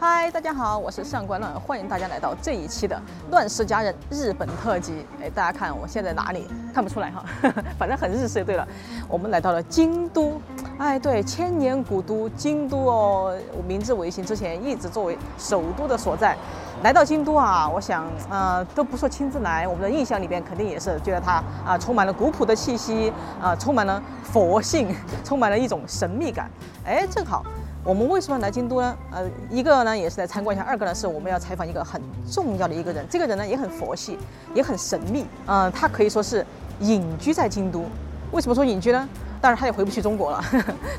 嗨，大家好，我是上官乱，欢迎大家来到这一期的《乱世佳人》日本特辑。哎，大家看我现在哪里？看不出来哈， 反正很日式就对了。我们来到了京都，哎，对，千年古都京都哦，明治维新之前一直作为首都的所在。来到京都啊，我想，呃，都不说亲自来，我们的印象里边肯定也是觉得它啊、充满了古朴的气息，啊、充满了佛性， 充满了一种神秘感。哎，正好，我们为什么来京都呢？呃，一个呢也是来参观一下，二个呢是我们要采访一个很重要的一个人，这个人呢也很佛系，也很神秘，呃，他可以说是隐居在京都。为什么说隐居呢？当然他也回不去中国了，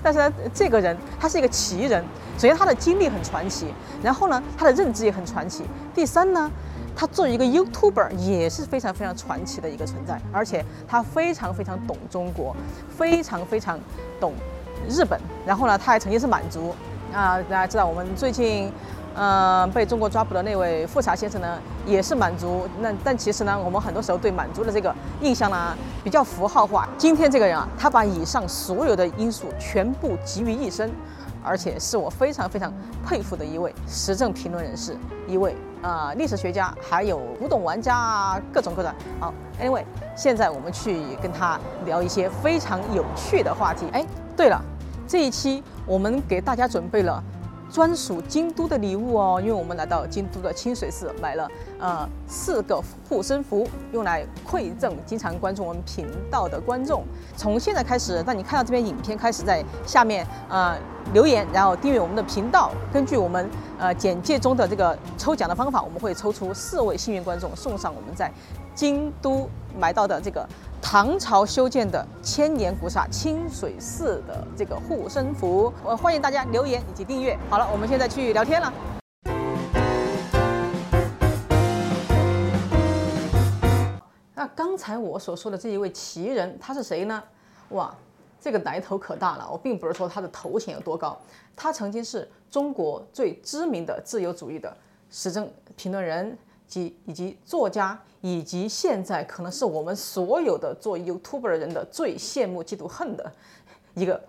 但是呢，这个人他是一个奇人，首先他的经历很传奇，然后呢，他的认知也很传奇。第三呢，他作为一个 YouTuber 也是非常非常传奇的一个存在，而且他非常非常懂中国，非常非常懂日本。然后呢，他还曾经是满族啊、大家知道我们最近。呃，被中国抓捕的那位富察先生呢，也是满族。那但其实呢，我们很多时候对满族的这个印象呢，比较符号化。今天这个人啊，他把以上所有的因素全部集于一身，而且是我非常非常佩服的一位时政评论人士，一位啊、呃历史学家，还有古董玩家啊，各种各种。好，anyway，现在我们去跟他聊一些非常有趣的话题。哎，对了，这一期我们给大家准备了。专属京都的礼物哦，因为我们来到京都的清水寺买了呃四个护身符，用来馈赠经常关注我们频道的观众。从现在开始，当你看到这篇影片开始，在下面呃留言，然后订阅我们的频道，根据我们呃简介中的这个抽奖的方法，我们会抽出四位幸运观众，送上我们在京都买到的这个唐朝修建的千年古刹清水寺的这个护身符。我欢迎大家留言以及订阅。好了，我们现在去聊天了。那刚才我所说的这一位奇人，他是谁呢？哇，这个来头可大了。我并不是说他的头衔有多高，他曾经是中国最知名的自由主义的时政评论人及以及作家，以及现在可能是我们所有的做 YouTuber 的人的最羡慕、嫉妒、恨的一个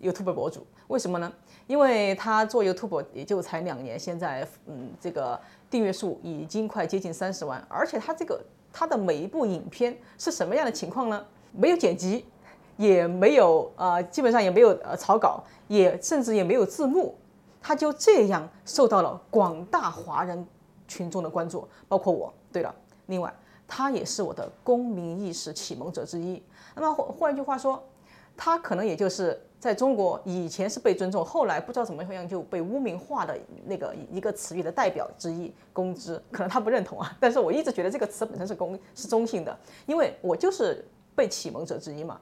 YouTube 博主。为什么呢？因为他做 YouTube 也就才两年，现在嗯，这个订阅数已经快接近三十万，而且他这个他的每一部影片是什么样的情况呢？没有剪辑，也没有呃，基本上也没有呃草稿，也甚至也没有字幕，他就这样受到了广大华人群众的关注，包括我。对了，另外他也是我的公民意识启蒙者之一。那么换换句话说，他可能也就是在中国以前是被尊重，后来不知道怎么样就被污名化的那个一个词语的代表之一——公知。可能他不认同啊，但是我一直觉得这个词本身是公是中性的，因为我就是被启蒙者之一嘛。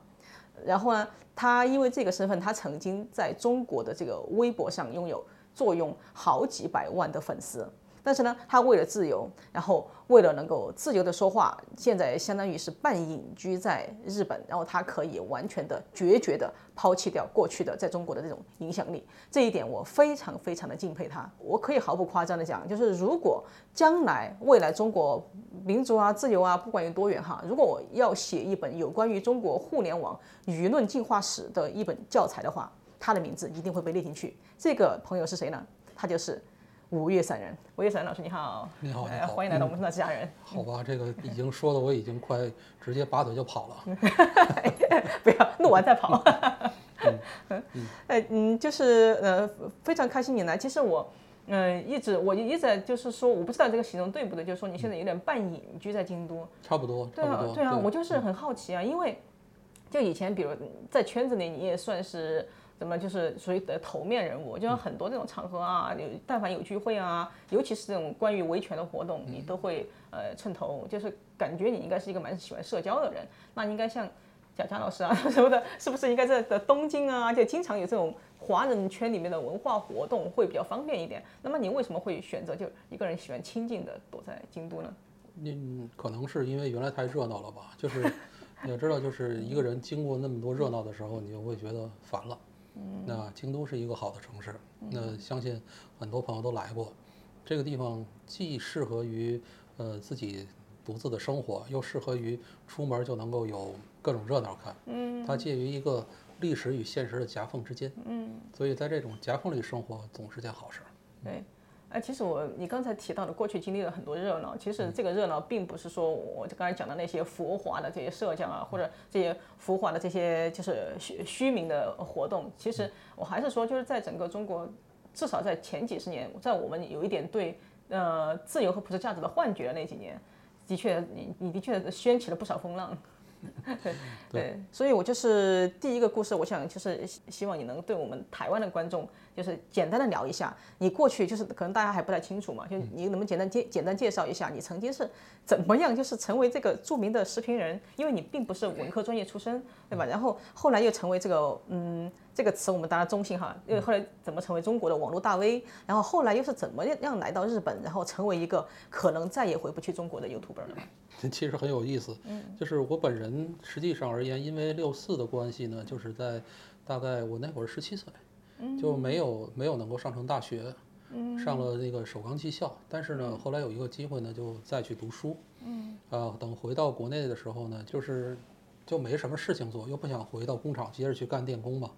然后呢，他因为这个身份，他曾经在中国的这个微博上拥有坐拥好几百万的粉丝。但是呢，他为了自由，然后为了能够自由的说话，现在相当于是半隐居在日本，然后他可以完全的决绝的抛弃掉过去的在中国的这种影响力，这一点我非常非常的敬佩他。我可以毫不夸张的讲，就是如果将来未来中国民族啊、自由啊，不管有多远哈，如果我要写一本有关于中国互联网啊舆论进化史的一本教材的话，他的名字一定会被列进去。这个朋友是谁呢？他就是五岳散人。五岳散人老师，你好。你好你呃好欢迎来到我们的家人。 好吧，这个已经说的我已经快直接拔腿就跑了。不要录完再跑。 呃嗯，就是呃非常开心你来。其实我嗯、呃一直我一直在就是说，我不知道这个形容对不对，就是说你现在有点半隐居在京都。差不多，对差不啊多。对啊，我就是很好奇啊，因为就以前比如在圈子里你也算是。怎么就是属于的头面人物，就像很多这种场合啊，有但凡有聚会啊，尤其是这种关于维权的活动，你都会呃蹭头，就是感觉你应该是一个蛮喜欢社交的人，那应该像贾佳老师啊 什么的，是不是应该在在东京啊，而且经常有这种华人圈里面的文化活动会比较方便一点？那么你为什么会选择就一个人喜欢清静的躲在京都呢？嗯，可能是因为原来太热闹了吧，就是 你要知道，就是一个人经过那么多热闹的时候，你就会觉得烦了。那京都是一个好的城市，那相信很多朋友都来过。这个地方既适合于呃自己独自的生活，又适合于出门就能够有各种热闹看。嗯，它介于一个历史与现实的夹缝之间。嗯，所以在这种夹缝里生活总是件好事儿。对，哎，其实我你刚才提到的，过去经历了很多热闹，其实这个热闹并不是说我刚才讲的那些浮华的这些社交啊，或者这些浮华的这些就是虚虚名的活动，其实我还是说，就是在整个中国，至少在前几十年，在我们有一点对呃自由和普世价值的幻觉的那几年，的确，你你的确掀起了不少风浪。嗯对，所以我就是第一个故事，我想就是希希望你能对我们台湾的观众，就是简单的聊一下，你过去就是可能大家还不太清楚嘛，就你能不能简单介简单介绍一下，你曾经是怎么样，就是成为这个著名的视频人，因为你并不是文科专业出身，对吧？然后后来又成为这个嗯这个词我们大家中性哈，因为后来怎么成为中国的网络大 V，然后后来又是怎么样来到日本，然后成为一个可能再也回不去中国的 YouTuber 了？ 其实很有意思，就是我本人实际上而言，因为六四的关系呢，就是在大概我那会儿十七岁，就没有没有能够上成大学，上了那个首钢技校，但是呢，后来有一个机会呢，就再去读书，啊，等回到国内的时候呢，就是就没什么事情做，又不想回到工厂接着去干电工嘛，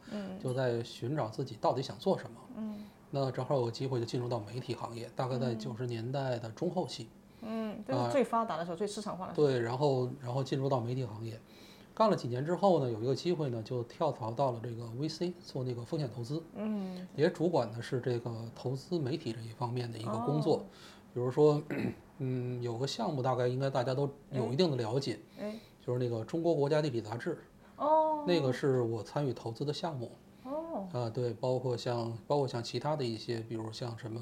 就在寻找自己到底想做什么，那正好有个机会就进入到媒体行业，大概在九十年代的中后期。嗯，就是最发达的时候，最市场化的时候。对，然后然后进入到媒体行业，干了几年之后呢，有一个机会呢，就跳槽到了这个 VC 做那个风险投资，嗯，也主管的是这个投资媒体这一方面的一个工作。哦比如说， 嗯，有个项目大概应该大家都有一定的了解，哎，就是那个《中国国家地理》杂志，哦，那个是我参与投资的项目。哦，啊，对，包括像包括像其他的一些，比如像什么，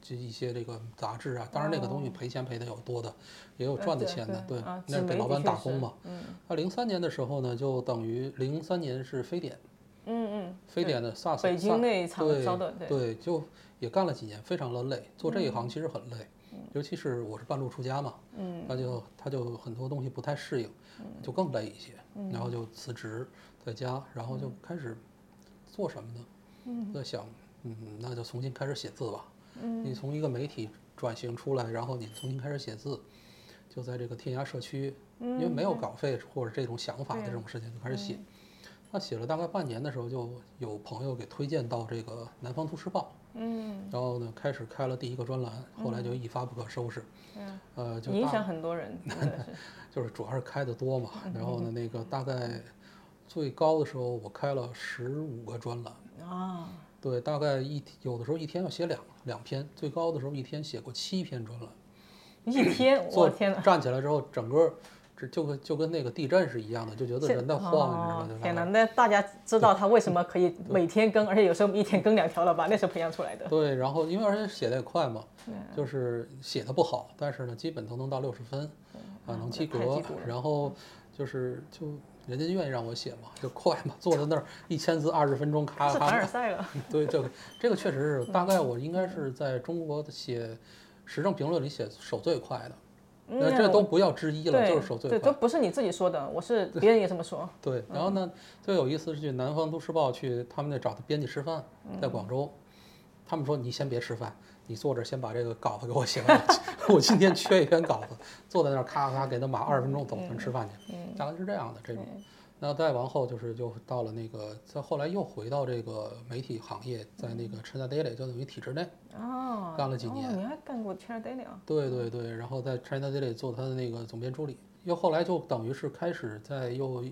就一些这个杂志啊，当然那个东西赔钱赔的有多的，也有哦呃赚的对钱的，对对啊，那纸是给媒老的板确打是工嘛。嗯那零三年的时候呢，就等于零三年是非典，嗯嗯，非典的 SARS，北京 SARS 那一场对烧的对对，就也干了几年，非常的累，做这一行其实很累，尤其是我是半路出家嘛，嗯，他就他就很多东西不太适应，就更累一些，嗯然后就辞职在家，然后就开始做什么呢？在想，嗯，那就重新开始写字吧。嗯你从一个媒体转型出来，然后你重新开始写字，就在这个天涯社区，嗯因为没有稿费或者这种想法的这种事情，就开始写。那写了大概半年的时候，就有朋友给推荐到这个《南方都市报》，嗯然后呢，开始开了第一个专栏，后来就一发不可收拾。嗯，呃，就影大响很多人，真的是就是主要是开的多嘛，嗯然后呢，那个大概最高的时候我开了十五个专栏，啊，对，大概一天有的时候一天要写两两篇，最高的时候一天写过七篇专栏。一天，我坐天哪，站起来之后，整个这就跟就跟那个地震是一样的，就觉得这人在晃，哦你知道吗？就天大哪，概那大家知道他为什么可以每天更，而且有时候一天更两条了吧？那时候培养出来的，对，然后因为而且写的也快嘛，就是写的不好，但是呢，基本都能到六十分，啊，能及太格及格了。然后就是就人家愿意让我写嘛，就快嘛，坐在 那儿一千字二十分钟，他咔是咔凡尔咔。赛了，对，这个这个确实是，大概我应该是在中国的写时政评论里写手最快的，那嗯这都不要之一了，对就是手最对，快都。不是你自己说的，我是别人也这么 说，对，然后呢，最有意思是去南方都市报去他们那找的编辑吃饭，在广州，他们说你先别吃饭，你坐着先把这个稿子给我写完， 我今天缺一篇稿子，坐在那儿咔咔给他码二十分钟，走人吃饭去，大概是这样的这种。那再往后就是就到了那个，再后来又回到这个媒体行业，在那个 China Daily 就等于体制内，哦，干了几年哦，你还干过 China Daily 啊？对对对，然后在 China Daily 做他的那个总编助理，又后来就等于是开始在又，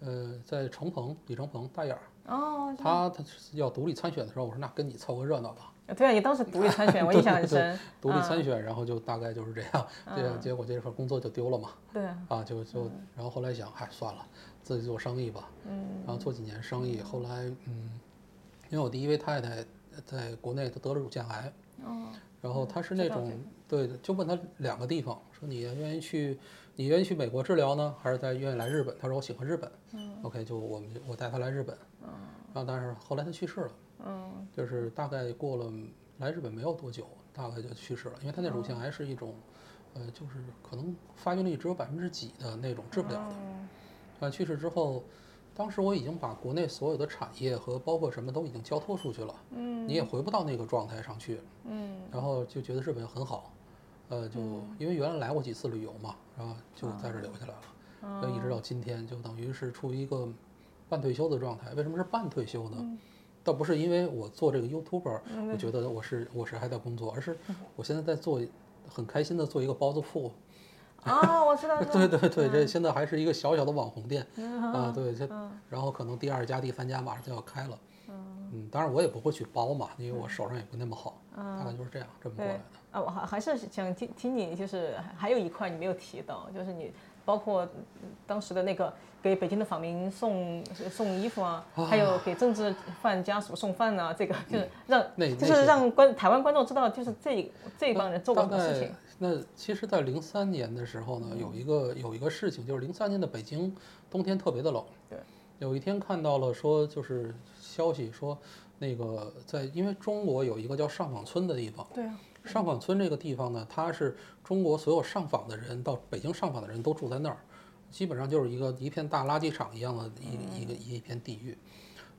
呃，在程鹏李程鹏大眼儿。哦，他他是要独立参选的时候，我说那跟你凑个热闹吧，对啊，你当时独立参 选，我印象很深，啊独立参选，然后就大概就是这样，嗯这样结果这份工作就丢了嘛，对啊，啊，就就，然后后来想，哎，算了，自己做生意吧，嗯，然后做几年生意，后来嗯，因为我第一位太太在国内她得了乳腺癌，哦，然后她是嗯那知道种对，就问她两个地方，说你愿意去，你愿意去美国治疗呢，还是在愿意来日本？她说我喜欢日本，OK，就嗯我们就我带她来日本，然后但是后来她去世了。嗯。就是大概过了来日本没有多久，大概就去世了，因为他那乳腺癌是一种，呃，就是可能发病率只有百分之几的那种，治不了的。啊，去世之后，当时我已经把国内所有的产业和包括什么都已经交托出去了，嗯，你也回不到那个状态上去，嗯，然后就觉得日本很好，呃，就因为原来来过几次旅游嘛，然后就在这留下来了，就嗯一直到今天，就等于是处于一个半退休的状态。为什么是半退休呢？倒不是因为我做这个 YouTuber，嗯我觉得我是我是还在工作，而是我现在在做，很开心的做一个包子铺。哦，我知道， 对对对，嗯这现在还是一个小小的网红店啊，啊对，这然后可能第二家、第三家马上就要开了。嗯，当然我也不会去包嘛，因为我手上也不那么好，大概就是这样这么过来嗯对的。啊，我还还是想听听你，就是还还有一块你没有提到，就是你包括当时的那个给北京的访民送送衣服啊，还有给政治犯家属送饭啊，这个就是让、那就那是些让观台湾观众知道，就是这这帮人做过呃大什么事情概。那其实，在零三年的时候呢，有一个嗯有一个事情，就是零三年的北京冬天特别的冷。对。有一天看到了说，就是消息说，那个在因为中国有一个叫上访村的地方，对啊，上访村这个地方呢，它是中国所有上访的人到北京上访的人都住在那儿，基本上就是一个一片大垃圾场一样的嗯一一个一片地狱。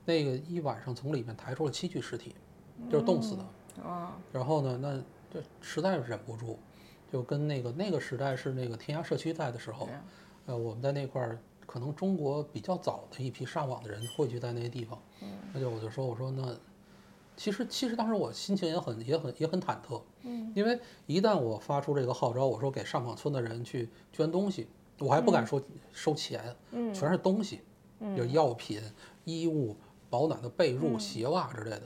那个一晚上从里面抬出了七具尸体，就是冻死的。啊，然后呢，那这实在忍不住，就跟那个那个时代是那个天涯社区在的时候对啊，呃，我们在那块儿，可能中国比较早的一批上网的人汇聚在那个地方，嗯那就我就说，我说那，其实其实当时我心情也很也很也很忐忑，嗯，因为一旦我发出这个号召，我说给上访村的人去捐东西，我还不敢说收钱，嗯，全是东西，有药品、衣物、保暖的被褥、鞋袜之类的，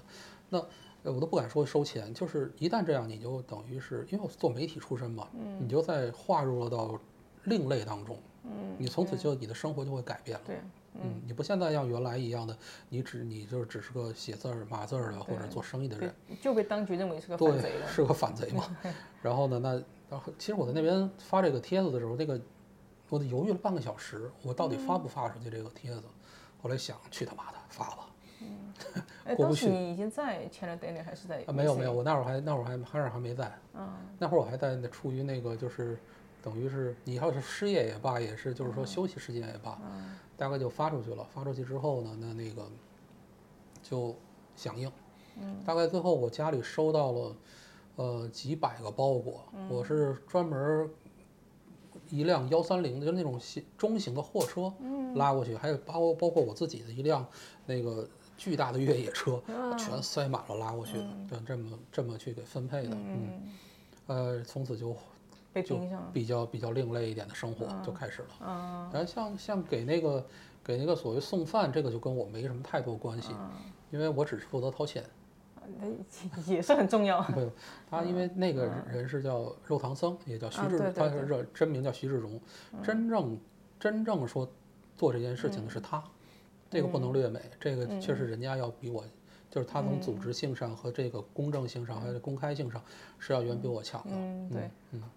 那。呃，我都不敢说收钱，就是一旦这样，你就等于是因为我做媒体出身嘛，你就在划入了到另类当中，你从此就你的生活就会改变了。对，嗯，你不像那样原来一样的，你只你就是只是个写字儿、码字儿的或者做生意的人，被就被当局认为是个对反贼了，。是个 反贼嘛。然后呢，那然后其实我在那边发这个帖子的时候，那个我得犹豫了半个小时，我到底嗯发不发出去这个帖子？后来想，去他妈的发吧。哎，过不当时去你已经在 China Daily 还是在？嗯啊，没有没有，。我那会儿还那会儿还还是还没在，那会儿我还在那处于那个就是，等于是你要是失业也罢，也是就是嗯说休息时间也罢，大概就发出去了。发出去之后呢，那那个就响应，大概最后我家里收到了呃几百个包裹，我是专门儿一辆幺三零的，就是那种小中型的货车拉过去，还有包包括我自己的一辆那个巨大的越野车，全塞满了拉过去的，就这么这么去给分配的，嗯，呃，从此就被就盯上了。比较比较另类一点的生活就开始了。然后像像给那个给那个所谓送饭，这个就跟我没什么太多关系，因为我只是负责掏钱。那也 是很重要。没有，他因为那个人是叫肉唐僧，也叫徐嗯啊志，对对他对嗯是真真名叫徐志荣，真正真正说做这件事情的是他，这个嗯不能略美，这个确实人家要比我，就是他从嗯组织性上和这个公正性上，还有公开性上，是要远比我强的。嗯，对。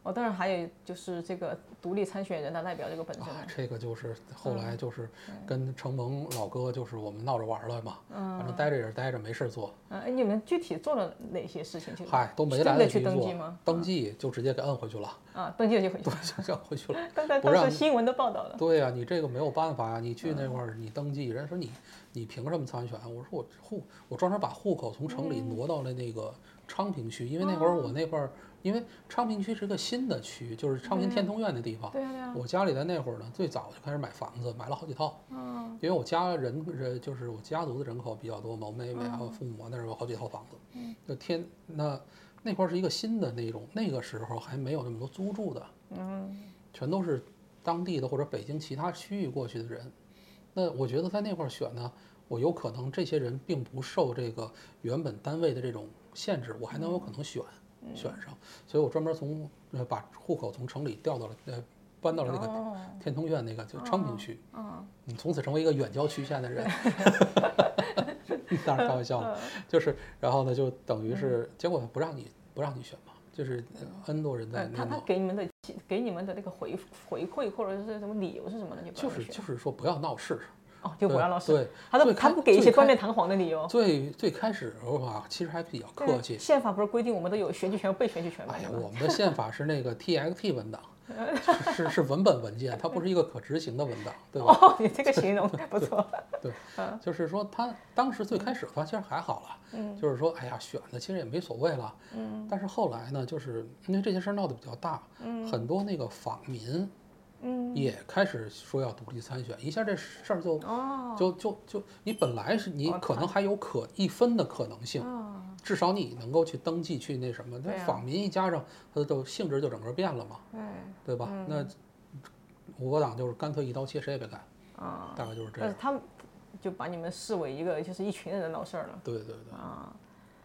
哦，当然还有就是这个独立参选人大代表这个本嗯身。啊，这个就是后来就是跟承蒙老哥，就是我们闹着玩儿了嘛，反正待着也是待着，没事儿做，啊，嗯哎，你们具体做了哪些事情？就嗨，都没真来的得去及登做记吗？嗯登记就直接给摁回去了，啊，登记了就回去对。，就摁回去了。当当不当时让新闻都报道了。对呀、啊你这个没有办法呀，啊你去那嗯块儿你登记，人家说你你凭什么参选？啊我说我户我专门把户口从城嗯里挪到了那个昌平区，因为那会儿哦我那块儿，因为昌平区是个新的区，就是昌平天通苑那地方。对啊呀对呀。我家里在那会儿呢，最早就开始买房子，买了好几套。嗯因为我家人人就是我家族的人口比较多嘛，我妹妹还嗯有父母啊那儿有好几套房子，就天那那块儿是一个新的那种，那个时候还没有那么多租住的，嗯全都是当地的或者北京其他区域过去的人。那我觉得在那块儿选呢，我有可能这些人并不受这个原本单位的这种限制，我还能有可能选、嗯选上，所以我专门从呃把户口从城里调到了呃搬到了那个哦天通苑那个就昌平区。啊你从此成为一个远郊区县 的人，当然开玩笑了，就是，然后呢，就等于是，结果不让你不让你选嘛，就是呃 N 多人在嗯嗯，那他他弄，给你们的给你们的那个回回馈或者是什么理由是什么呢？你不就让是选就是说不要闹事，哦，就不对让老师。对，他都最他开不给一最些开冠冕堂皇的理由。最最开始的话，其实还比较对客啊气。宪法不是规定我们都有选举权、有被选举权吗？哎呀，对吧我们的宪法是那个 TXT 文档，是是是文本文件，它不是一个可执行的文档，对吧？哦，你这个形容不错。嗯对，哦就是说他当时最开始的话其实还好了，嗯就是说哎呀选的其实也没所谓了，嗯，但是后来呢，就是因为这件事儿闹得比较大，很多那个访民，嗯也开始说要独立参选，一下这事儿就哦，就就就你本来是你哦可能还有可一分的可能性，哦至少你能够去登记去那什么，那对啊访民一加上，它的性质就整个变了嘛，对，嗯对吧？那我国党就是干脆一刀切，谁也别干，啊，大概就是这但是样。他们就把你们视为一个就是一群人闹事儿了。对对对，啊，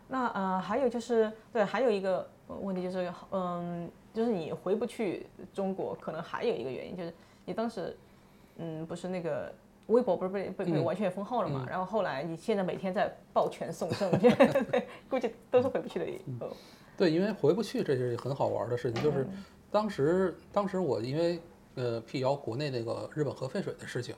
那呃，还有就是对，还有一个呃问题就是，嗯，就是你回不去中国，可能还有一个原因就是你当时，嗯，不是那个微博不是被被被嗯完全封号了嘛？然后后来你现在每天在抱拳 送圣， 对，估计都是回不去的。嗯哦对，因为回不去，这是很好玩的事情。就是当时，当时我因为呃辟谣国内那个日本核废水的事情，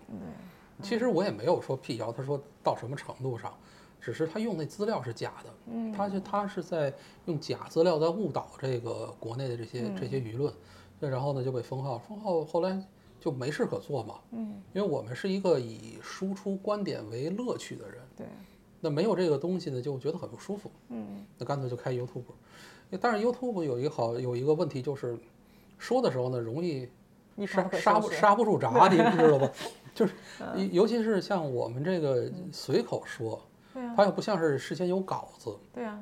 其实我也没有说辟谣，他说到什么程度上，只是他用那资料是假的，嗯，他就他是在用假资料在误导这个国内的这些这些舆论，那然后呢就被封号，封号后来就没事可做嘛，嗯，因为我们是一个以输出观点为乐趣的人，对，那没有这个东西呢，就觉得很不舒服。嗯，那干脆就开 YouTube。但是 YouTube 有一个好有一个问题就是，说的时候呢容易一发刹不可收刹不拾。刹 不住闸，你知道吧？就是嗯尤其是像我们这个随口说，对啊，它又不像是事先有稿子，对啊，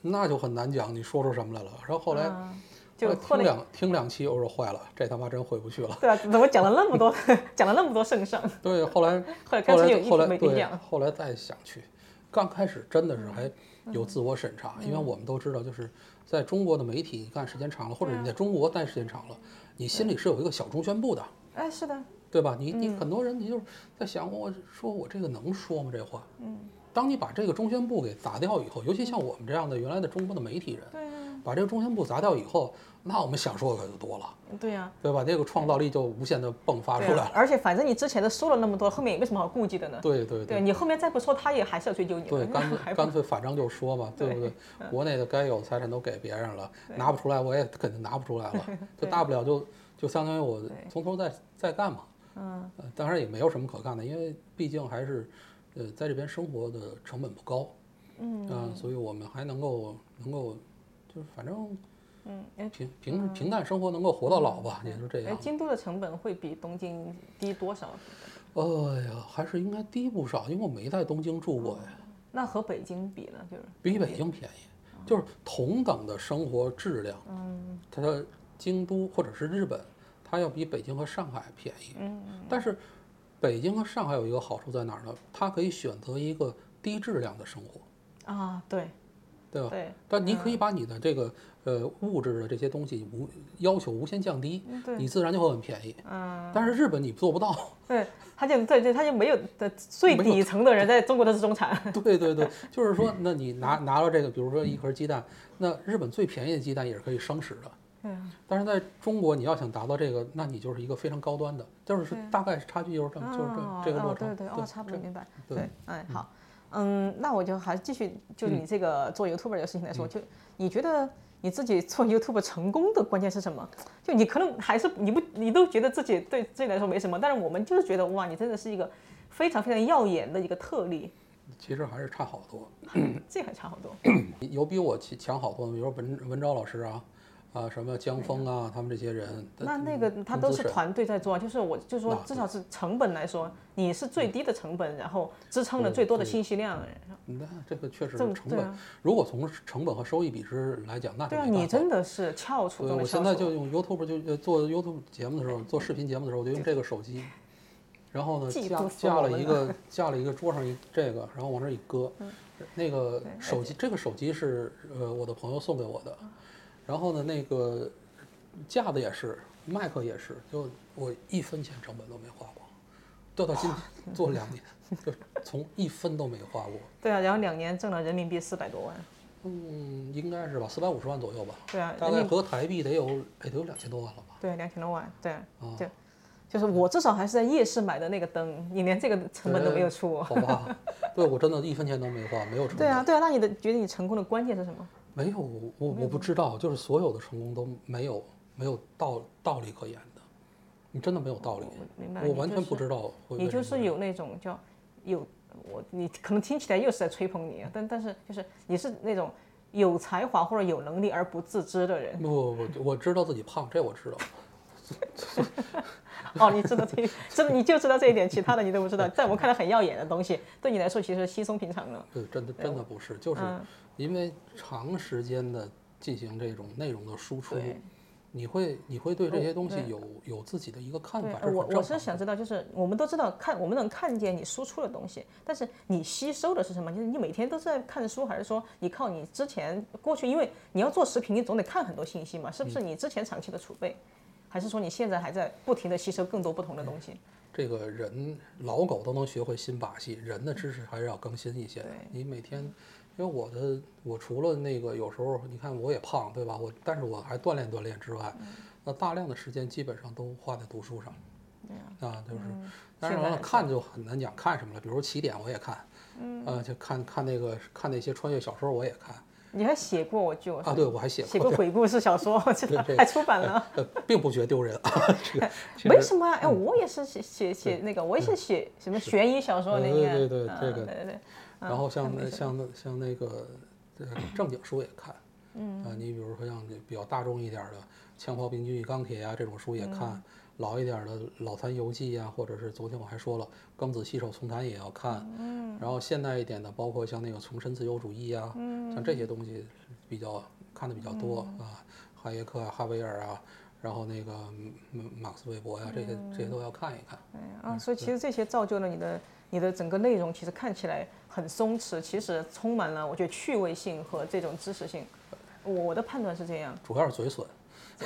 那就很难讲你说出什么来了。然后后来啊后就来后听来。两听两期，我说坏了，这他妈真回 不去了。对啊，怎么讲了那么多， 讲了那么多圣上，对，后 来后来干后脆有来一嗯后直来没跟你对讲。，后来再想去，刚开始真的是还有自我审查，因嗯为我们都知道，就是在中国的媒体，你干时间长了，或者你嗯在中国待时间长了，你心里是有一个小中宣部的，哎，是的，对吧？你嗯你很多人你就是在想，我说我这个能说吗？这话，嗯，当你把这个中宣部给砸掉以后，尤其嗯像我们这样的原来的中国的媒体人，对啊，把这个中宣部砸掉以后，那我们想说的可就多了，对啊，对吧？这个创造力就无限的迸发对出啊来了，而且反正你之前都说了那么多，后面也没什么好顾忌的呢。对对对对。你后面再不说，他也还是要追究你的。对，干那脆还干脆反正就说嘛，对不对？国内的该有的财产都给别人了，拿不出来我也肯定拿不出来了，就大不了就就相当于我从头再再干嘛。嗯、当然也没有什么可干的，因为毕竟还是呃在这边生活的成本不高，嗯、所以我们还能够能够就是反正嗯，哎平平平淡生活能够活到老吧，也就这哎，样。京都的成本会比东京低多少？哎呀，还是应该低不少，因为我没在东京住过呀。那和北京比呢？就是比北京便宜，就是同等的生活质量，嗯它的京都或者是日本，它要比北京和上海便宜。嗯，但是北京和上海有一个好处在哪儿呢？它可以选择一个低质量的生活，啊，对对吧？对嗯但你可以把你的这个呃物质的这些东西无要求无限降低，嗯对，你自然就会很便宜。嗯但是日本你做不到， 对，他就对对，他就没有的最没有底层的人在中国都是中产。对对对，就是说，那你拿拿了这个，比如 说一盒鸡蛋，那日本最便宜的鸡蛋也是可以生食的，对啊，但是在中国，你要想达到这个，那你就是一个非常高端的，就是对大概差距就是这么，就是哦这这个落哦差。对对哦，差不多这明白。对对，哎，好，嗯，那我就还继续就嗯你这个做 YouTube 的事情来说，就你觉得你自己做 YouTube 成功的关键是什么？就你可能还是你不你都觉得自己对自己来说没什么，但是我们就是觉得哇，你真的是一个非常非常耀眼的一个特例，嗯其实还是差好多，这还差好多。有比我强强好多的，比如文文昭老师啊，啊什么江峰啊，他们这些人。那那个他很都资是深团队在做啊，就是我就说那嗯至少是成本来说，你是最低的成本，然后支撑了最多的对信息量。嗯那这个确实这么成对本啊，如果从成本和收益比值来讲，那就对啊，没办你法真的是翘楚对，中的我翘现楚。在就用 YouTube 就呃做 YouTube 节目的时候，做视频节目的时候，我就用这个手机，然后呢嫉架妒死架我了们嗯一 个架了一个桌上一这个，然后往这一搁，那个对嗯手机这个手机是呃我的朋友送给我的，然后呢那个架子也是，麦克也是，就我一分钱成本都没花过，掉到今天做两年，就从一分都没花过，对啊，然后两年挣了人民币四百多万。嗯，应该是吧，四百五十万左右吧，对啊，大人概民合台币得有哎得有两千多万了吧。对两千多万，对啊哦对，就是我至少还是在夜市买的那个灯，你连这个成本都没有出。好 吧，对我真的一分钱都没花，呃没有成功。对啊，对啊，那你的觉得你成功的关键是什么？没有，我我不知道，就是所有的成功都没有没有道道理可言的，你真的没有道理我，哦明白了，我你完就全是不知道会你为什就么是有那种叫有我，你可能听起来又是在吹捧你，啊但但是就是你是那种有才华或者有能力而不自知的人。不不不，我知道自己胖，这我知道。哦，你知道这， 真的你就知道这一点，其他的你都不知道。在我们看来很耀眼的东西，对你来说其实稀松平常的。对，真的真的不是，就是嗯因为长时间的进行这种内容的输出对，哦你会你会对这些东西对有有自己的一个看对法，，这呃是我很我正是常的。想知道，就是我们都知道看，我们能看见你输出的东西，但是你吸收的是什么？就是你每天都是在看书，还是说你靠你之前过去，因为你要做食品，你总得看很多信息嘛，是不是？嗯你之前长期的储备，还是说你现在还在不停的吸收更多不同的东西？这个人老狗都能学会新把戏，人的知识还是要更新一些的对。你每天，因为我的我除了那个有时候你看我也胖，对吧？我但是我还锻炼锻炼之外，嗯那大量的时间基本上都花在读书上。啊，就是，当嗯现然在完了还是看就很难讲看什么了。比如起点我也看，嗯，呃，就看看那个看那些穿越小说我也看你还写过，我就哎啊。对，我还写写过过这鬼故事小说，我记对得这个还出版了。呃，并不觉得丢人啊。这个其没实嗯什么呀、哎，我也是写写写那个，我也是写什么悬疑小说那对应该，对对啊这个对对对，然后像没那事像那像那个呃正经书也看，嗯啊，你比如说像这比较大众一点儿的《枪炮、病菌与钢铁》啊这种书也看，老一点儿的《老残游记》啊，或者是昨天我还说了《庚子戏首从谈》也要看，嗯，然后现代一点的，包括像那个《重申自由主义》啊，嗯，像这些东西比较看的比较多、啊，哈耶克啊、哈维尔啊，然后那个嗯马克思韦伯呀、这些这些都要看一看。哎啊，所以其实这些造就了你的你的整个内容，其实看起来很松弛，其实充满了我觉得趣味性和这种知识性。我我的判断是这样，主要是嘴损，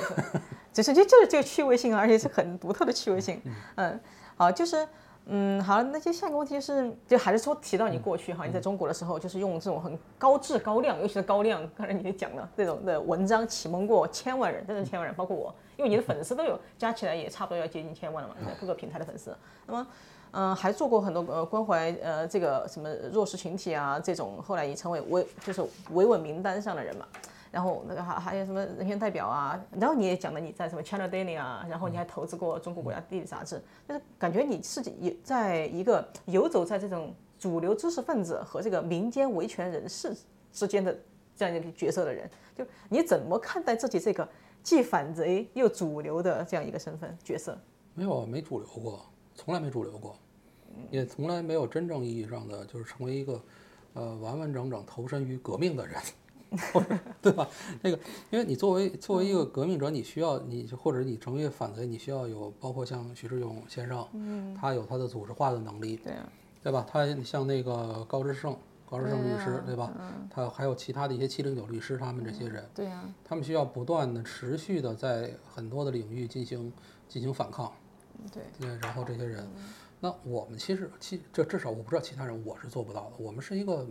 只是就就是这个趣味性啊，而且是很独特的趣味性。嗯，好，就是嗯，好，那接下一个问题就是，就还是说提到你过去哈，你在中国的时候，就是用这种很高质高量，尤其是高量，刚才你也讲了这种的文章启蒙过千万人，真的是千万人，包括我，因为你的粉丝都有加起来也差不多要接近千万了嘛，在各个平台的粉丝。那么。嗯、还做过很多呃关怀呃这个什么弱势群体啊这种，后来也成为维就是维稳名单上的人嘛。然后那个还还有什么人权代表啊，然后你也讲了你在什么 China Daily 啊，然后你还投资过中国国家地理杂志，但是感觉你自己也在一个游走在这种主流知识分子和这个民间维权人士之间的这样一个角色的人，就你怎么看待自己这个既反贼又主流的这样一个身份角色？没有，没主流过，从来没主流过，也从来没有真正意义上的就是成为一个，呃，完完整整投身于革命的人， 对吧？那个，因为你作为作为一个革命者，你需要你或者你成为反贼，你需要有包括像徐志勇先生，他有他的组织化的能力，嗯对啊，对吧？他像那个高志胜，高志胜律啊师，对吧？嗯他还有其他的一些七零九律师，他们这些人，对啊，他们需要不断的、持续的在很多的领域进行进行反抗。对，对，嗯然后这些人，那我们其实其这至少我不知道其他人，我是做不到的。我们是一个，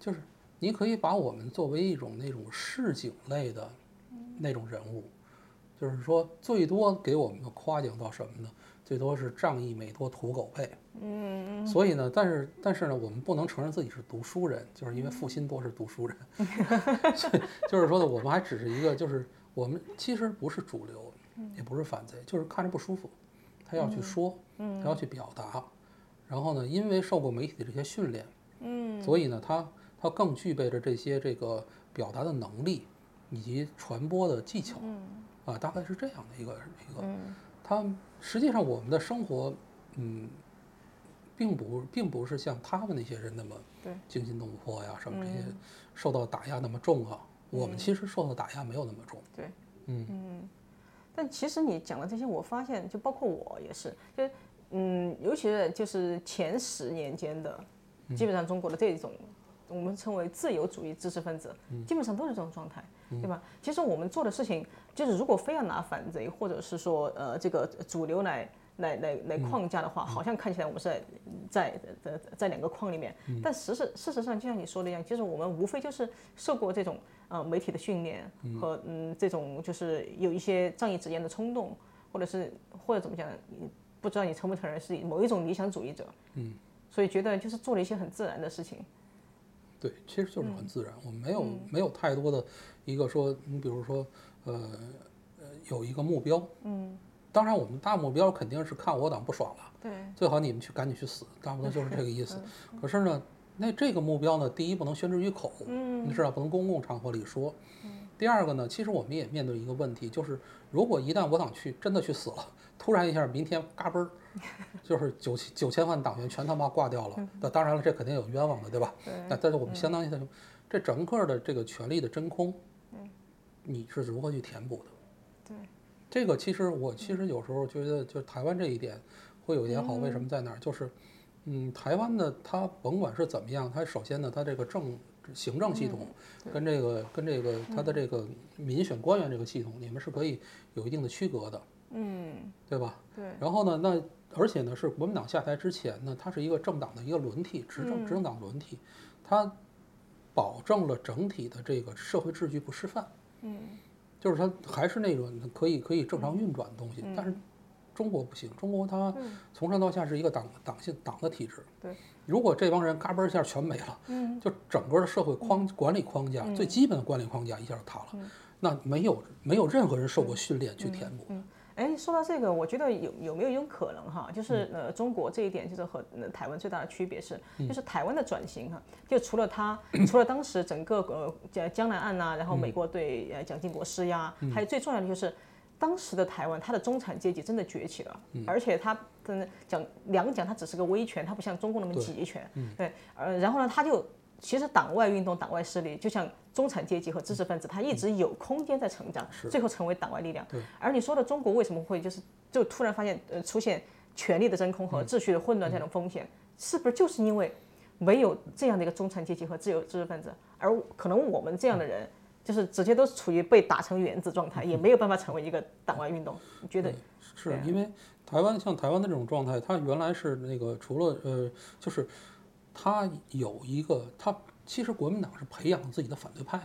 就是你可以把我们作为一种那种市井类的那种人物，就是说最多给我们的夸奖到什么呢？最多是仗义每多屠狗辈。嗯，所以呢，但是但是呢，我们不能承认自己是读书人，就是因为负心多是读 书人，所以就是说呢，我们还只是一个，就是我们其实不是主流，也不是反贼，就是看着不舒服，他要去说，他要去表达，然后呢，因为受过媒体的这些训练，嗯，所以呢，他他更具备着这些这个表达的能力以及传播的技巧，啊，大概是这样的一个一个，他实际上我们的生活，嗯，并不并不是像他们那些人那么对惊心动魄呀，什么这些受到打压那么重啊，我们其实受到打压没有那么重，对，嗯但其实你讲的这些，我发现就包括我也是，就是嗯，尤其是就是前十年间的，基本上中国的这种我们称为自由主义知识分子，基本上都是这种状态，对吧？其实我们做的事情，就是如果非要拿反贼或者是说呃这个主流来。来来来框架的话，好像看起来我们是在在在在在两个框里面，但实事事实上，就像你说的一样，其实我们无非就是受过这种呃媒体的训练和嗯这种就是有一些仗义执言的冲动，或者是或者怎么讲，你不知道你承不承认是某一种理想主义者，嗯，所以觉得就是做了一些很自然的事情，对，其实就是很自然，我们没有、没有太多的一个说，你比如说，呃，呃有一个目标，嗯，当然我们大目标肯定是看我党不爽了，对，最好你们去赶紧去死，大部分就是这个意思。嗯可是嗯呢，那这个目标呢，第一不能宣之于口，你至少不能公共场合里说。第二个呢，其实我们也面对一个问题，就是如果一旦我党去真的去死了， 突然一下明天嘎嘣 儿，就是九千九千万党员全他妈挂掉了。那当然了，这肯定有冤枉的，对吧？嗯对嗯那但是我们相当于在这整个的这个权力的真空，你是如何去填补的？嗯对，嗯这个其实我其实有时候觉得，就台湾这一点会有一点好，为什么在哪儿？就是，嗯，台湾的它甭管是怎么样，它首先呢，它这个政行政系统跟这个跟这个它的这个民选官员这个系统，你们是可以有一定的区隔的，嗯，对吧？对，然后呢，那而且呢，是国民党下台之前呢，它是一个政党的一个轮替，执嗯政执政党轮替，它保证了整体的这个社会秩序不失范。嗯，就是它还是那种可以可以正常运转的东西，但是中国不行，中国它嗯从上到下是一个党党性党的体制。对，如果这帮人嘎嘣儿一下全没了，嗯，就整个的社会框管理框架、最基本的管理框架一下就塌了，嗯那没有没有任何人受过训练去填补。哎，说到这个，我觉得有有没有一种可能哈，就是呃，中国这一点就是和、呃台湾最大的区别是，就是台湾的转型哈，就除了它，除了当时整个呃江江南岸呐、然后美国对呃蒋经国施压，还有最重要的就是。当时的台湾，它的中产阶级真的崛起了，而且它真的讲两蒋，它只是个威权，它不像中共那么集权，对，呃，然后呢，它就其实党外运动、党外势力，就像中产阶级和知识分子，它一直有空间在成长，最后成为党外力量。而你说的中国为什么会就是就突然发现呃出现权力的真空和秩序的混乱这种风险，是不是就是因为没有这样的一个中产阶级和自由知识分子，而可能我们这样的人就是直接都处于被打成原子状态，也没有办法成为一个党外运动？你觉得？嗯是因为台湾像台湾的这种状态，它原来是那个除了呃，就是它有一个，它其实国民党是培养自己的反对派的。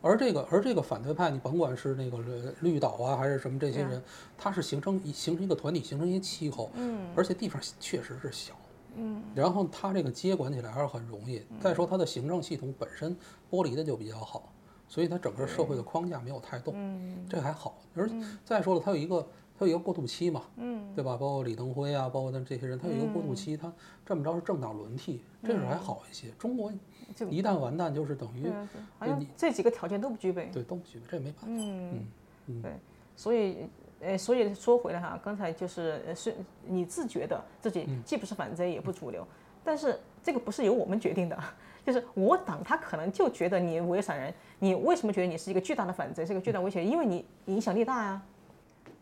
而这个而这个反对派，你甭管是那个呃绿岛啊，还是什么这些人，它是形成一形成一个团体，形成一个气候，嗯，而且地方确实是小，嗯，然后它这个接管起来还是很容易。再说它的行政系统本身剥离的就比较好，所以它整个社会的框架没有太动，嗯这还好。而再说了，它有一个它有一个过渡期嘛，嗯，对吧？包括李登辉啊，包括咱这些人，它有一个过渡嗯期，它这么着是政党轮替，这事儿还好一些。中国一旦完蛋，就是等于对啊，对啊好像这几个条件都不具备。对东西，这没办法。所以，呃，所以说回来哈，刚才就是呃是你自觉的自己既不是反贼也不主流，但是这个不是由我们决定的， 就是我党他可能就觉得你违反人，你为什么觉得你是一个巨大的反贼，是一个巨大威胁？因为你影响力大呀、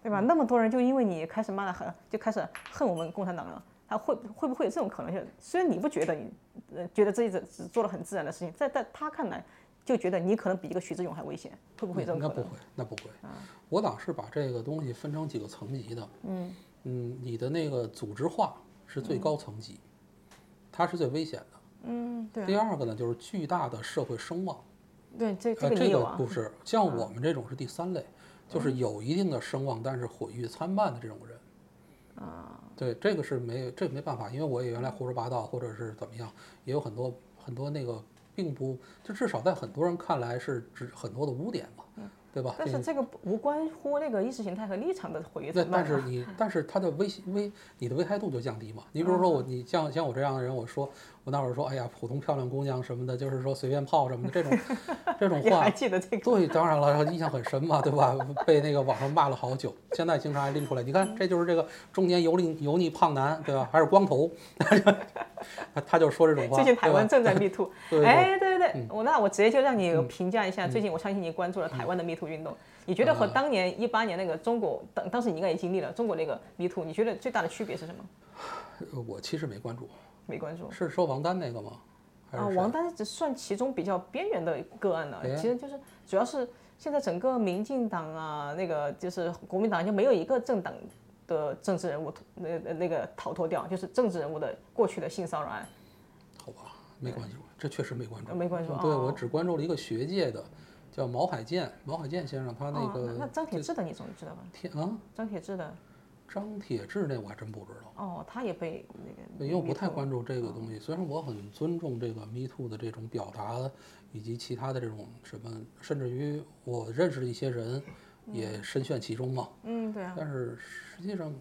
对吧？那么多人就因为你开始骂的很，就开始恨我们共产党了。他会会不会有这种可能性？虽然你不觉得你，呃，觉得自己只只做了很自然的事情，在在他看来，就觉得你可能比一个徐志勇还危险，会不会有这种嗯那可不能？啊会，那不会。我党是把这个东西分成几个层级的。嗯你的那个组织化是最高层级，它是最危险的。嗯，对啊第二个呢，就是巨大的社会声望。对，这这呃，个这你有个啊？嗯不是像我们这种是第三类，就是有一定的声望，但是毁誉参半的这种人。啊，对，这个是没这没办法，因为我也原来胡说八道，或者是怎么样，也有很多很多那个并不，就至少在很多人看来是指很多的污点嘛，对吧？嗯但这是这个不无关乎那个意识形态和立场的毁誉那参半但啊。是你，但是它的危危，你的危害度就降低嘛。你比如说嗯我，你像像我这样的人，我说我那会儿说，哎呀，普通漂亮姑娘什么的，就是说随便泡什么的 这种这种你话还，记得 这个？对，当然了，印象很深嘛，对吧？被那个网上骂了好久，现在经常还拎出来。你嗯看，这就是这个中年油腻油腻胖男，对吧？还是光头， 他他就说这种话。最近台湾对正吧在 Me Too， 对对嗯哎，对对对，我那我直接就让你评价一下，最近我相信你关注了台湾的 Me Too 运动，你觉得啊和当年一八年那个中国，当当时你应该也经历了中国那个 Me Too，你觉得最大的区别是什么？呃我其实没关注，没关注是说王丹那个吗？还啊是，谁王丹只算其中比较边缘的个案了，哎其实就是主要是现在整个民进党啊，那个就是国民党就没有一个政党的政治人物那呃那个逃脱掉，就是政治人物的过去的性骚扰案。好吧，没关注，这确实没关注，没关注对，我哦只关注了一个学界的，叫毛海建，毛海建先生，他那哦、那个张铁志的你总知道吧？天啊，张铁志的张铁志那我还真不知道。哦，他也被那个对，因为我 Me 不太 Too 关注这个东西，虽然我很尊重这个 Me Too 的这种表达，以及其他的这种什么，甚至于我认识的一些人也深陷其中嘛。嗯嗯，对啊，但是实际上，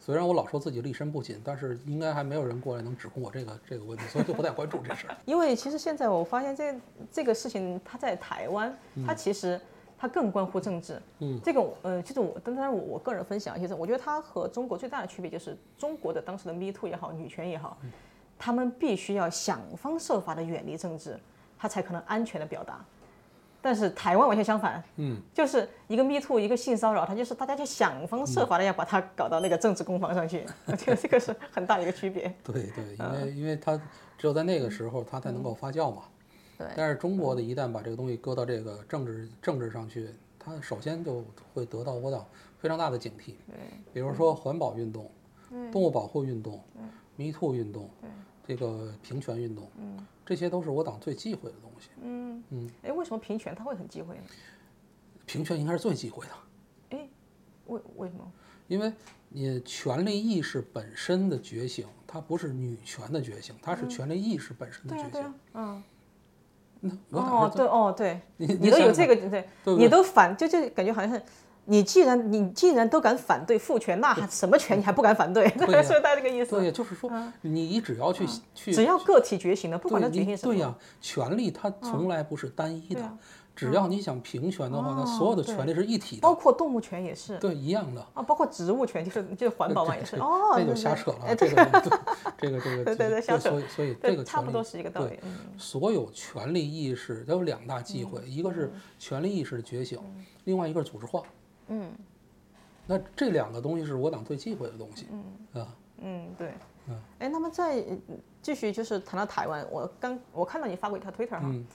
虽然我老说自己立身不谨，但是应该还没有人过来能指控我这个这个问题，所以就不太关注这事儿。因为其实现在我发现这这个事情，它在台湾，它其实它更关乎政治。嗯，这个我呃，其实我当然我我个人分享，其实我觉得它和中国最大的区别就是，中国的当时的 Me Too 也好，女权也好，他们必须要想方设法的远离政治，他才可能安全的表达。但是台湾完全相反，嗯，就是一个 Me Too，一个性骚扰，它就是大家就想方设法的要把它搞到那个政治攻防上去， 我觉得这个是很大的一个区别。 对对，因嗯为因为它只有在那个时候它才能够发酵嘛。对但是中国嗯的一旦把这个东西搁到这个政治政治上去，它首先就会得到我党非常大的警惕。嗯比如说环保运动、动物保护运动、迷兔运动、这个平权运动，嗯这些都是我党最忌讳的东西。哎，为什么平权它会很忌讳呢？平权应该是最忌讳的，为为什么？ 因为你权力意识本身的觉醒，它不是女权的觉醒，它嗯是权力意识本身的对啊觉对醒。啊，嗯，那我党哦是对哦对， 你你你都想有想这个对，对不你对都反就就感觉好像是。你既然你既然都敢反对父权，那还什么权你还不敢反对？对啊呀 是不是大家这个意思？嗯对，就是说，你只要去去只要个体觉醒了，不管他对觉你醒什么，嗯啊对呀、权利它从来不是单一的，只要你想平权的话，那所有的权利是一体的，包括动物权也哦是对，一样的。啊，包括植物权，就是就是环保嘛也是这哦，这就对瞎对扯了哎啊，这个 对这个这个对对对瞎扯所以所以对这个差权不利多是一个道理。嗯所有权利意识它有两大忌讳，一个是权利意识的觉醒，另外一个是组织化。嗯，那这两个东西是我党最忌讳的东西。啊，嗯，对嗯。哎，那么再呃继续就是谈到台湾，我刚我看到你发过一条推特哈，嗯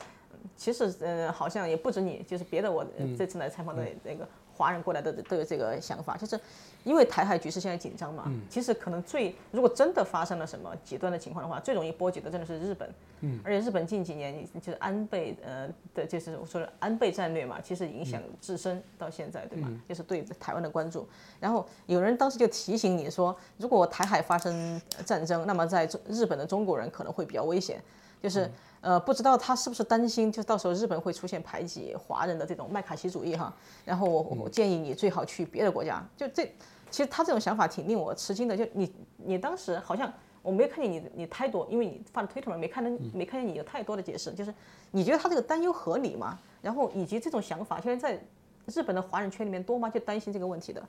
其实呃好像也不止你，就是别的我、呃嗯这次来采访的那个华人过来的都有这个想法，就是因为台海局势现在紧张嗯嘛，其实可能最如果真的发生了什么极端的情况的话，最容易波及的真的是日本，嗯，而且日本近几年就是安倍呃的就是我说的安倍战略嘛，其实影响嗯自身到现在对吧？就是对台湾的关注，然后有人当时就提醒你说，如果台海发生战争，那么在中日本的中国人可能会比较危险。就是呃，不知道他是不是担心，就是到时候日本会出现排挤华人的这种麦卡锡主义哈。然后我我建议你最好去别的国家。就这，其实他这种想法挺令我吃惊的。就你你当时好像我没看见你你太多，因为你发了推特嘛，没看见没看见你有太多的解释。就是你觉得他这个担忧合理吗？然后以及这种想法现在在日本的华人圈里面多吗？就担心这个问题的。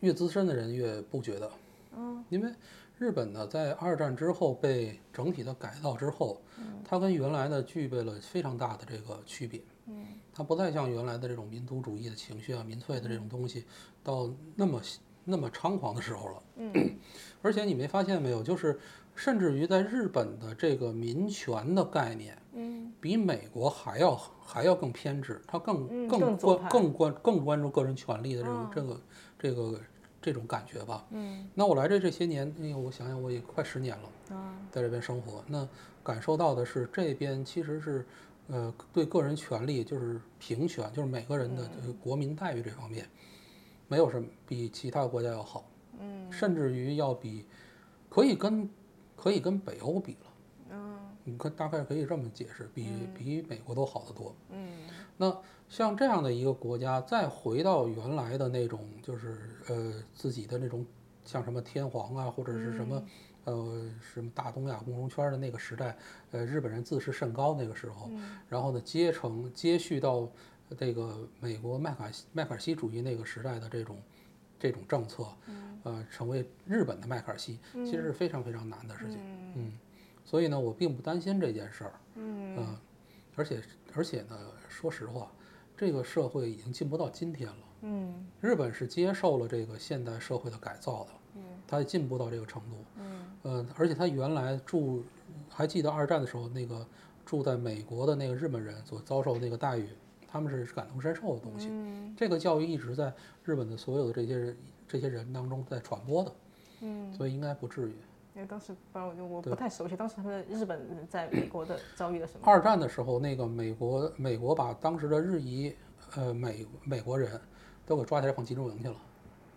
越资深的人越不觉得。嗯，因为日本呢，在二战之后被整体的改造之后，它跟原来的具备了非常大的这个区别。嗯，它不再像原来的这种民族主义的情绪啊、民粹的这种东西，到那么那么猖狂的时候了。嗯， 而且你没发现没有，就是甚至于在日本的这个民权的概念，嗯，比美国还要还要更偏执，它更、嗯更更关左派更关更关注个人权利的这种、这个这个这种感觉吧。嗯，那我来这这些年，哎呦，我想想，我也快十年了，啊，在这边生活，那感受到的是这边其实是。呃，对个人权利就是平权，就是每个人的呃国民待遇这方面，没有什么比其他国家要好，嗯，甚至于要比可以跟可以跟北欧比了，嗯，你可大概可以这么解释，比、比美国都好得多，嗯，那像这样的一个国家，再回到原来的那种就是呃自己的那种像什么天皇啊，或者是什么、呃什么大东亚共荣圈的那个时代，呃日本人自视甚高那个时候，然后呢接承接续到这个美国麦卡锡麦卡锡主义那个时代的这种这种政策，呃，成为日本的麦卡锡，其实是非常非常难的事情。嗯，所以呢，我并不担心这件事儿。嗯、而且而且呢，说实话，这个社会已经进步到今天了。嗯日本是接受了这个现代社会的改造的，嗯，它进步到这个程度，嗯，呃，而且它原来住，还记得二战的时候，那个住在美国的那个日本人所遭受那个待遇，他们是感同身受的东西，嗯，这个教育一直在日本的所有的这些人这些人当中在传播的，嗯。所以应该不至于。因为当时反正我就我对不太熟悉，当时他们日本在美国的遭遇了什么？二战的时候，那个美国美国把当时的日裔，呃美美国人都给抓起来放集中营去了，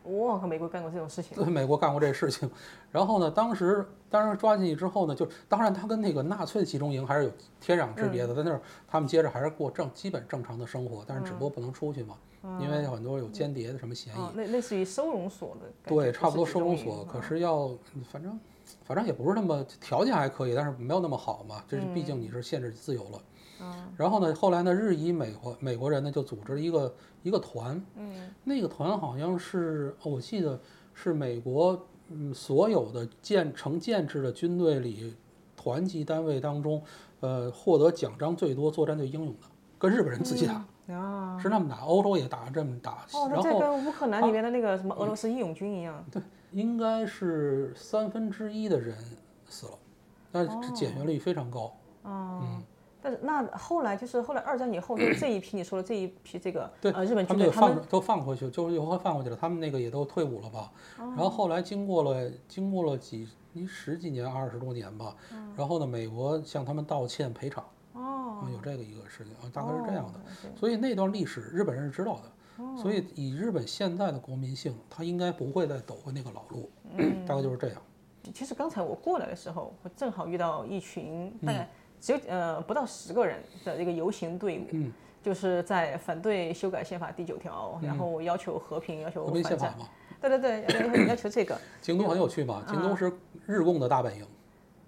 我靠，美国干过这种事情，对美国干过这事情，然后呢，当时当然抓进去之后呢，就当然他跟那个纳粹集中营还是有天壤之嗯别的，在那儿他们接着还是过正基本正常的生活，但是只嗯不过不能出去嘛，因为很多有间谍的什么嫌疑，啊，类类似于收容所的感觉，对，差不多是收容集中所，营可啊是要反正反正也不是那么条件还可以，但是没有那么好嘛，这是毕嗯竟你是限制自由了。啊然后呢，后来呢，日裔美国美国人呢就组织了一个一个团，嗯，那个团好像是哦我记得是美国嗯所有的建成建制的军队里团级单位当中，呃，获得奖章最多、作战最英勇的，跟日本 人自己打，啊，是那么打，欧洲也打这么打，哦，那然这后啊嗯跟乌克兰里面的那个什么俄罗斯义勇军一样，应该是三分之一的人死了，但哦是解决率非常高。嗯，但是那后来就是后来二战以后，就这一批你说的这一批这个对，呃日本他军们队，就他们放都放回去，就是又放回去了。他们那个也都退伍了吧？哦然后后来经过了经过了几十几年二十多年吧，然后呢，美国向他们道歉赔偿，嗯哦，啊，有这个一个事情啊，大概是这样的哦。所以那段历史日本人是知道的，所以以日本现在的国民性，他应该不会再走回那个老路，嗯大概就是这样。其实刚才我过来的时候，我正好遇到一群嗯大概只有呃不到十个人的一个游行队伍，嗯就是在反对修改宪法第九条，然后要求和平，要求和平宪反战，法嘛，对对对，要要求这个。嗯京都很有趣吧？京都是日共的大本营。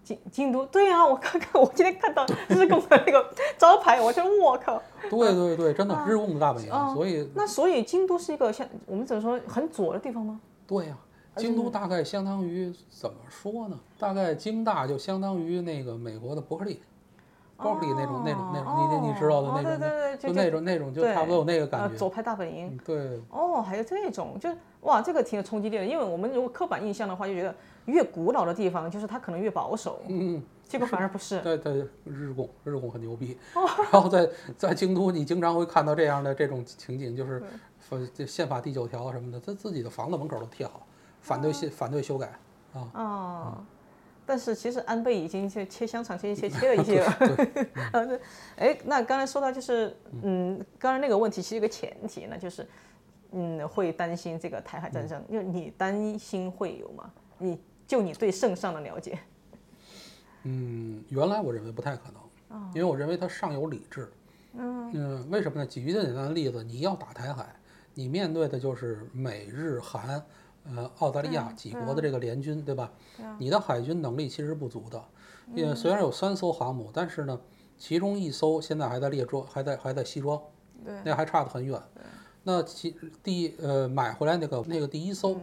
京京都，对啊，我看看，我今天看到 日共的那个招牌，我就我靠，对对对，嗯真的日共的大本营，啊所以那所以京都是一个像我们怎么说很左的地方吗？对呀、京都大概相当于怎么说呢？大概京大就相当于那个美国的伯克利，伯克利那种那种那种，你你知道的哦那对种的，对对就就那种那种就对差不多有那个呃感，觉。左派大本营。嗯对，哦，还有这种，就是哇，这个挺有冲击力的。因为我们如果刻板印象的话，就觉得越古老的地方，就是它可能越保守，嗯嗯，结果反而不是。哦对对，日拱日拱很牛逼。然后在在京都，你经常会看到这样的这种情景，就是说这宪法第九条什么的，他自己的房子门口都贴好，反哦对宪反对修改啊。啊、但是其实安倍已经就切香肠切切切切了一些 了。嗯然后就哎，那刚才说到就是，嗯，刚才那个问题其实有个前提呢，就是，嗯，会担心这个台海战嗯争，就你担心会有吗？你就你对圣上的了解，嗯，原来我认为不太可能，因为我认为它尚有理智。哦嗯，为什么呢？举一个简单的例子，你要打台海，你面对的就是美日韩、呃澳大利亚几国的这个联军，嗯对啊嗯吧？你的海军能力其实不足的，也虽然有三艘航母，但是呢，其中一艘现在还在列装，还在还在西装，对，那还差得很远。那其第呃买回来那个那个第一艘，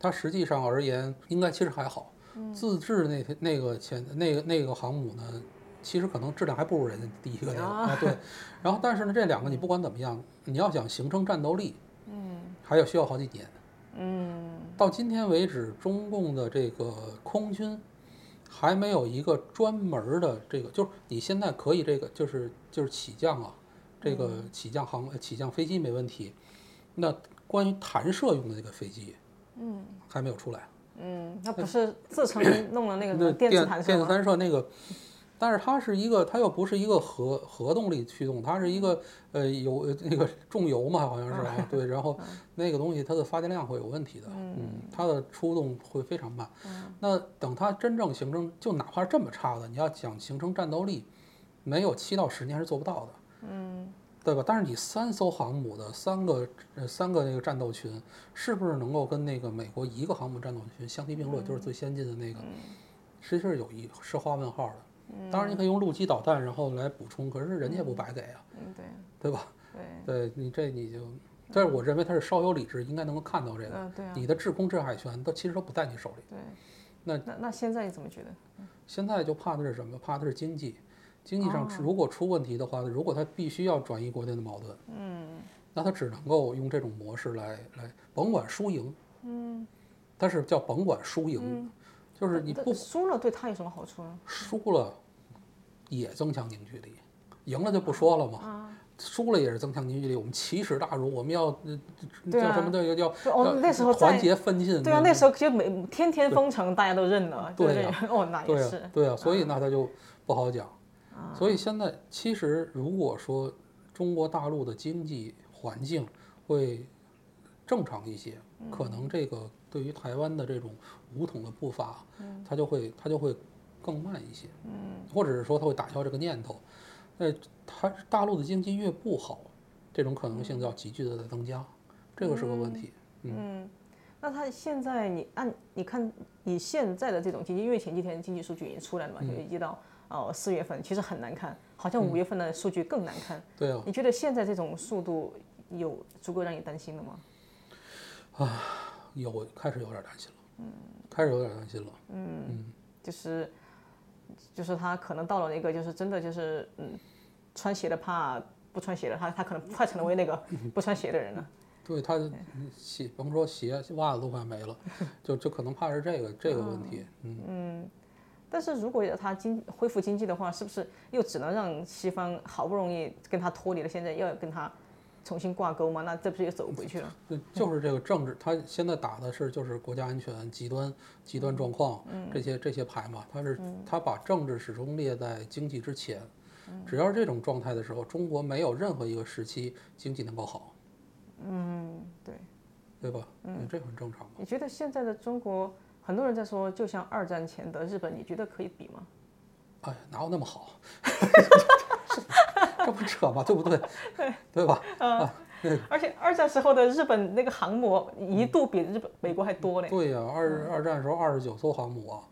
它实际上而言应该其实还好。自制那那个前那个那个航母呢，其实可能质量还不如人家第一个那个啊对。然后但是呢，这两个你不管怎么样，你要想形成战斗力，嗯，还要需要好几年。嗯，到今天为止，中共的这个空军还没有一个专门儿的这个，就是你现在可以这个就是就是起降啊，这个起降航呃起降飞机没问题。那关于弹射用的这个飞机，嗯，还没有出来。嗯，那不是自 成弄了那个什么呃那电电磁弹射电子吗？弹射那个，但是它是一个，它又不是一个核核动力驱动，它是一个呃油呃那个重油嘛，好像是 啊，对，然后那个东西它的发电量会有问题的，嗯，它的出动会非常慢。嗯那等它真正形成，就哪怕是这么差的，你要想形成战斗力，没有七到十年是做不到的，嗯，对吧？但是你三艘航母的三个呃三个那个战斗群，是不是能够跟那个美国一个航母战斗群相提并论，就是最先进的那嗯个？其实是有一是画问号的。当然，你可以用陆基导弹然后来补充，可是人家也不白给啊，嗯，对对吧？对，对你这你就，但是我认为他是稍有理智，应该能够看到这个。嗯对嗯啊，你的制空制海权都其实都不在你手里。对。那那那现在你怎么觉得？现在就怕的是什么？怕的是经济，经济哦上如果出问题的话，如果他必须要转移国内的矛盾，嗯，那他只能够用这种模式来来，甭管输赢，嗯，但是叫甭管输赢，就是你这不输嗯了对他有什么好处呢？输了也增强凝聚力，赢了就啊不说了嘛。输了也是增强凝聚力，我们奇耻大辱，我们要呃对叫啊什么叫叫就哦叫那时候团在结奋进。对啊，那时候就每天天封城，大家都认了，对对呀不对？哦，那也对是嗯啊啊，对啊，所以那他就不好讲。所以现在其实如果说中国大陆的经济环境会正常一些，嗯可能这个对于台湾的这种武统的步伐，嗯它就会它就会更慢一些，或者是说它会打消这个念头。那它大陆的经济越不好，这种可能嗯性要急剧的在增加，这个是个问题。那它现在你按你看你现在的这种经济，因为前几天经济数据已经出来了嘛，嗯就预计到哦四月份其实很难看，好像五月份的数据更难看。对啊，你觉得现在这种速度有足够让你担心的吗？有开始有点担心了，嗯开始有点担心了。就是就是他可能到了那个就是真的就是嗯，穿鞋的怕不穿鞋的，他他可能快成为那个 不穿鞋的人了。对他鞋，甭说鞋，袜子都快没了，就就可能怕是这个这个问题。嗯，但是如果他经恢复经济的话，是不是又只能让西方好不容易跟他脱离了，现在又要跟他重新挂钩吗？那这不是又走回去了？就就是这个政治，他现在打的是就是国家安全、极端极端状况这些这些牌嘛，他是他把政治始终列在经济之前。只要是这种状态的时候，中国没有任何一个时期经济能够好，对，对吧？嗯，这很正常。你觉得现在的中国，很多人在说，就像二战前的日本，你觉得可以比吗？哎，哪有那么好？ 这不扯吗？对不 对？对吧？而且二战时候的日本那个航母一度比日本美国还多嘞。嗯对呀、二二战时候二十九艘航母啊，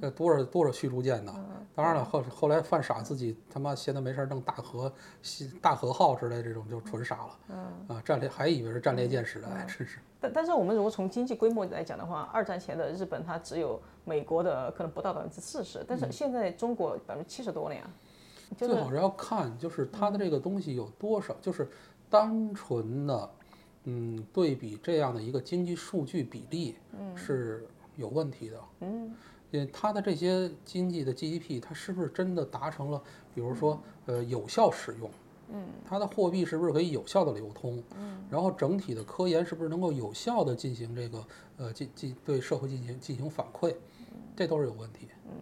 那多少多少驱逐舰呢？嗯当然了，后后来犯傻自己他妈闲的没事儿弄大和西大和号之类这种就纯傻了，嗯啊，战列还以为是战列舰时代，真是但但是我们如果从经济规模来讲的话，二战前的日本它只有美国的可能不到百分之四十，但是现在中国百分之七十多了呀。就嗯最好是要看就是它的这个东西有多少，就是单纯的，嗯，对比这样的一个经济数据比例，嗯是有问题的，嗯，因为它的这些经济的 GDP，它是不是真的达成了，比如说呃有效使用，嗯，它的货币是不是可以有效的流通，嗯，然后整体的科研是不是能够有效的进行这个呃进进对社会进行进行反馈，这都是有问题，嗯，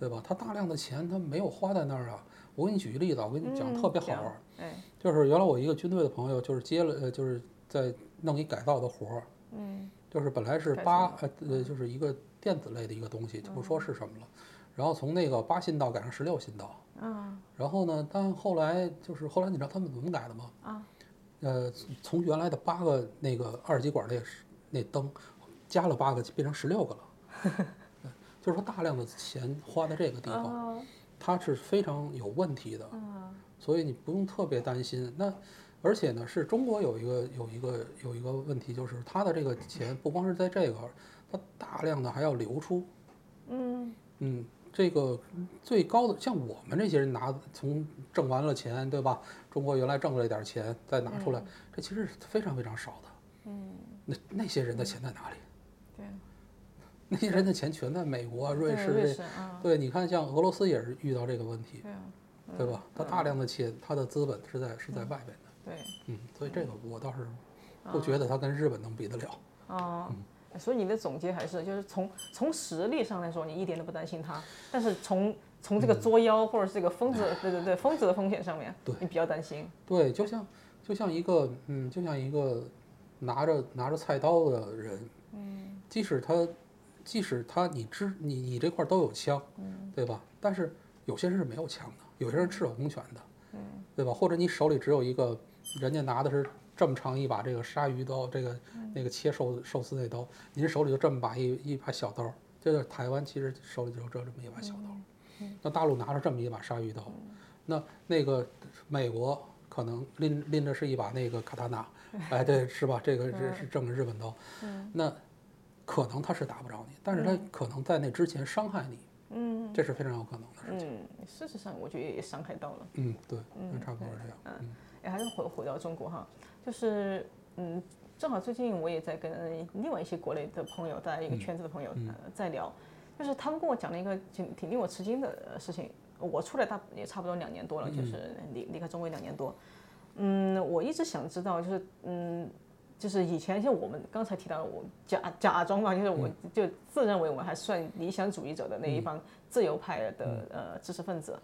对吧？它大量的钱它没有花在那儿啊。我给你举一例子啊，我跟你讲特别好玩儿，哎，就是原来我一个军队的朋友，就是接了呃，就是在弄一改造的活儿，嗯，就是本来是改嗯八呃呃，就是一个电子类的一个东西，就不说是什么了。然后从那个八信道改成十六信道，啊然后呢，但后来就是后来你知道他们怎么改的吗？啊，呃，从原来的八个那个二极管那那灯，加了八个变成十六个了， 就是说大量的钱花在这个地方，啊它是非常有问题的。啊，所以你不用特别担心。那而且呢，是中国有一个有一个有一个问题，就是它的这个钱不光是在这个，它大量的还要流出。嗯嗯，这个最高的像我们这些人拿从挣完了钱，对吧？中国原来挣了一点钱再拿出来，这其实是非常非常少的。嗯，那那些人的钱在哪里？对，那些人的钱全在美国啊、瑞对士瑞这。士啊，对，你看，像俄罗斯也是遇到这个问题，对啊，嗯对吧？它大量的钱，它的资本是在是在外边的。对。嗯，所以这个我倒是不觉得它跟日本能比得了。啊、嗯所以你的总结还是就是从从实力上来说，你一点都不担心它，但是从从这个作妖或者是这个疯子，对对对，疯子的风险上面，嗯对你比较担心。对，就像就像一个嗯，就像一个拿着拿着菜刀的人，嗯，即使他即使他你知你你这块儿都有枪，嗯，对吧？但是有些人是没有枪的，有些人赤手空拳的，嗯，对吧？或者你手里只有一个，人家拿的是。这么长一把这个鲨鱼刀，这个那个切寿寿司那刀，您手里就这么把一一把小刀，这就是台湾其实手里就只有这么一把小刀，那大陆拿着这么一把鲨鱼刀，那那个美国可能拎拎着是一把那个卡塔纳，哎，对，是吧？这个是是正是日本刀，那可能他是打不着你，但是他可能在那之前伤害你，嗯，这是非常有可能的事。嗯，事实上我觉得也伤害到了。嗯，对，那差不多是这样。哎，还是回回到中国哈，就是嗯，正好最近我也在跟另外一些国内的朋友，大家一个圈子的朋友、呃、在聊，就是他们跟我讲了一个挺挺令我吃惊的呃事情。我出来大也差不多两年多了，就是离离开中国两年多。嗯，我一直想知道，就是嗯，就是以前像我们刚才提到的，我假假装嘛，就是我就自认为我还算理想主义者的那一帮自由派的、呃知识分子。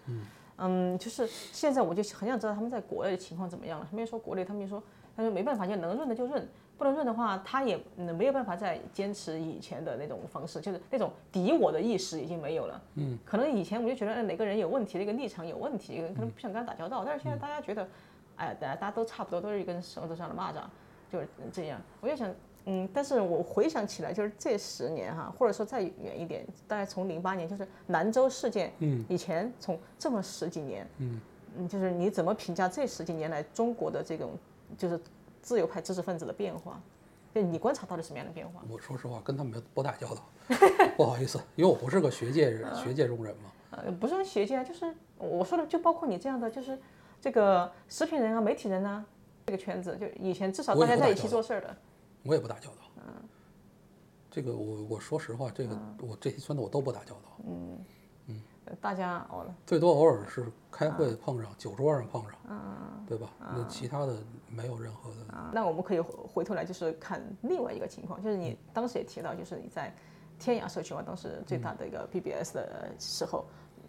嗯，就是现在我就很想知道他们在国内的情况怎么样了。他们又说国内，他们又说，他说没办法，要能润的就润，不能润的话，他也嗯没有办法再坚持以前的那种方式，就是那种敌我的意识已经没有了。嗯，可能以前我就觉得哎哪个人有问题，那个立场有问题，可能不想跟他打交道。但是现在大家觉得，哎，大家大家都差不多，都是一根手指上的蚂蚱，就是这样。我就想，嗯，但是我回想起来，就是这十年哈，或者说再远一点，大概从零八年就是兰州事件，嗯，以前从这么十几年，嗯，嗯，就是你怎么评价这十几年来中国的这种就是自由派知识分子的变化？就你观察到了什么样的变化？我说实话，跟他们没不打交道，不好意思，因为我不是个学界人，学界中人嘛。呃，不是说学界啊，就是我说的，就包括你这样的，就是这个食品人啊、媒体人啊，这个圈子，就以前至少我大家也不在打一起交做事儿的，我也不打交道。这个我我说实话，这个我这些圈子我都不打交道，嗯呃大家哦，最多偶尔是开会碰上，酒桌上碰上，对吧？那其他的没有任何的。啊那我们可以回回头来，就是看另外一个情况，就是你当时也提到，就是你在天涯社区嘛，当时最大的一个 BBS 的时候，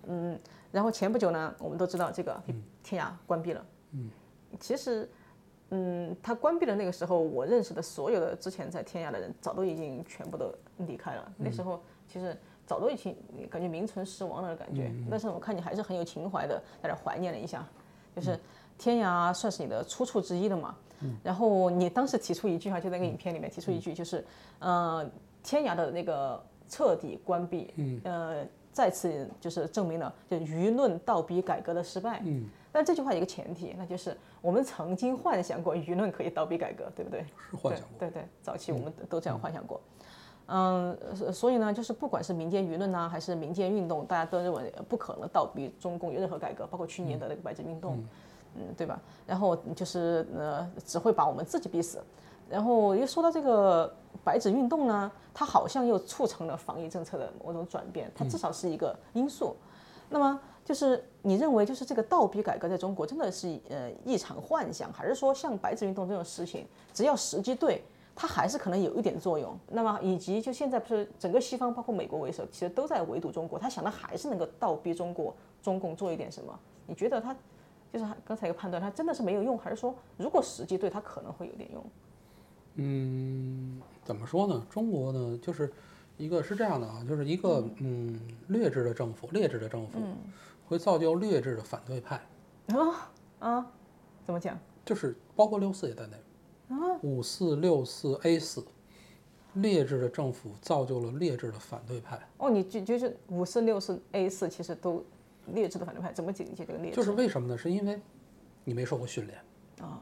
嗯，然后前不久呢，我们都知道这个天涯关闭了，嗯，其实，嗯，它关闭的那个时候，我认识的所有的之前在天涯的人，早都已经全部都离开了，那时候其实。早都已经感觉名存实亡了的感觉，但是我看你还是很有情怀的，在那儿怀念了一下，就是天涯算是你的出处之一了嘛。然后你当时提出一句哈，就那个影片里面提出一句，就是，呃，天涯的那个彻底关闭，呃，再次就是证明了就舆论倒逼改革的失败。嗯，但这句话有一个前提，那就是我们曾经幻想过舆论可以倒逼改革，对不对？是 幻想嗯对对对，早期我们都这样幻想过。嗯，所所以呢，就是不管是民间舆论呐、还是民间运动，大家都认为呃不可能倒逼中共有任何改革，包括去年的那个白纸运动，嗯对吧？然后就是呃，只会把我们自己逼死。然后又说到这个白纸运动呢，它好像又促成了防疫政策的某种转变，嗯它至少是一个因素。那么就是你认为就是这个倒逼改革在中国真的是呃一场幻想，还是说像白纸运动这种事情，只要时机对，它还是可能有一点作用？那么以及就现在不是整个西方包括美国为首，其实都在围堵中国，他想的还是能够倒逼中国中共做一点什么？你觉得他就是刚才一个判断，他真的是没有用，还是说如果时机对，他可能会有点用？嗯，怎么说呢？中国呢，就是一个是这样的啊，就是一个嗯劣质的政府，劣质的政府会造就劣质的反对派，怎么讲？就是包括六四也在内，五四六四 A 四，劣质的政府造就了劣质的反对派。哦，你就就是五四六四 A 四其实都劣质的反对派，怎么解解这个劣质？就是为什么呢？是因为你没受过训练啊，哦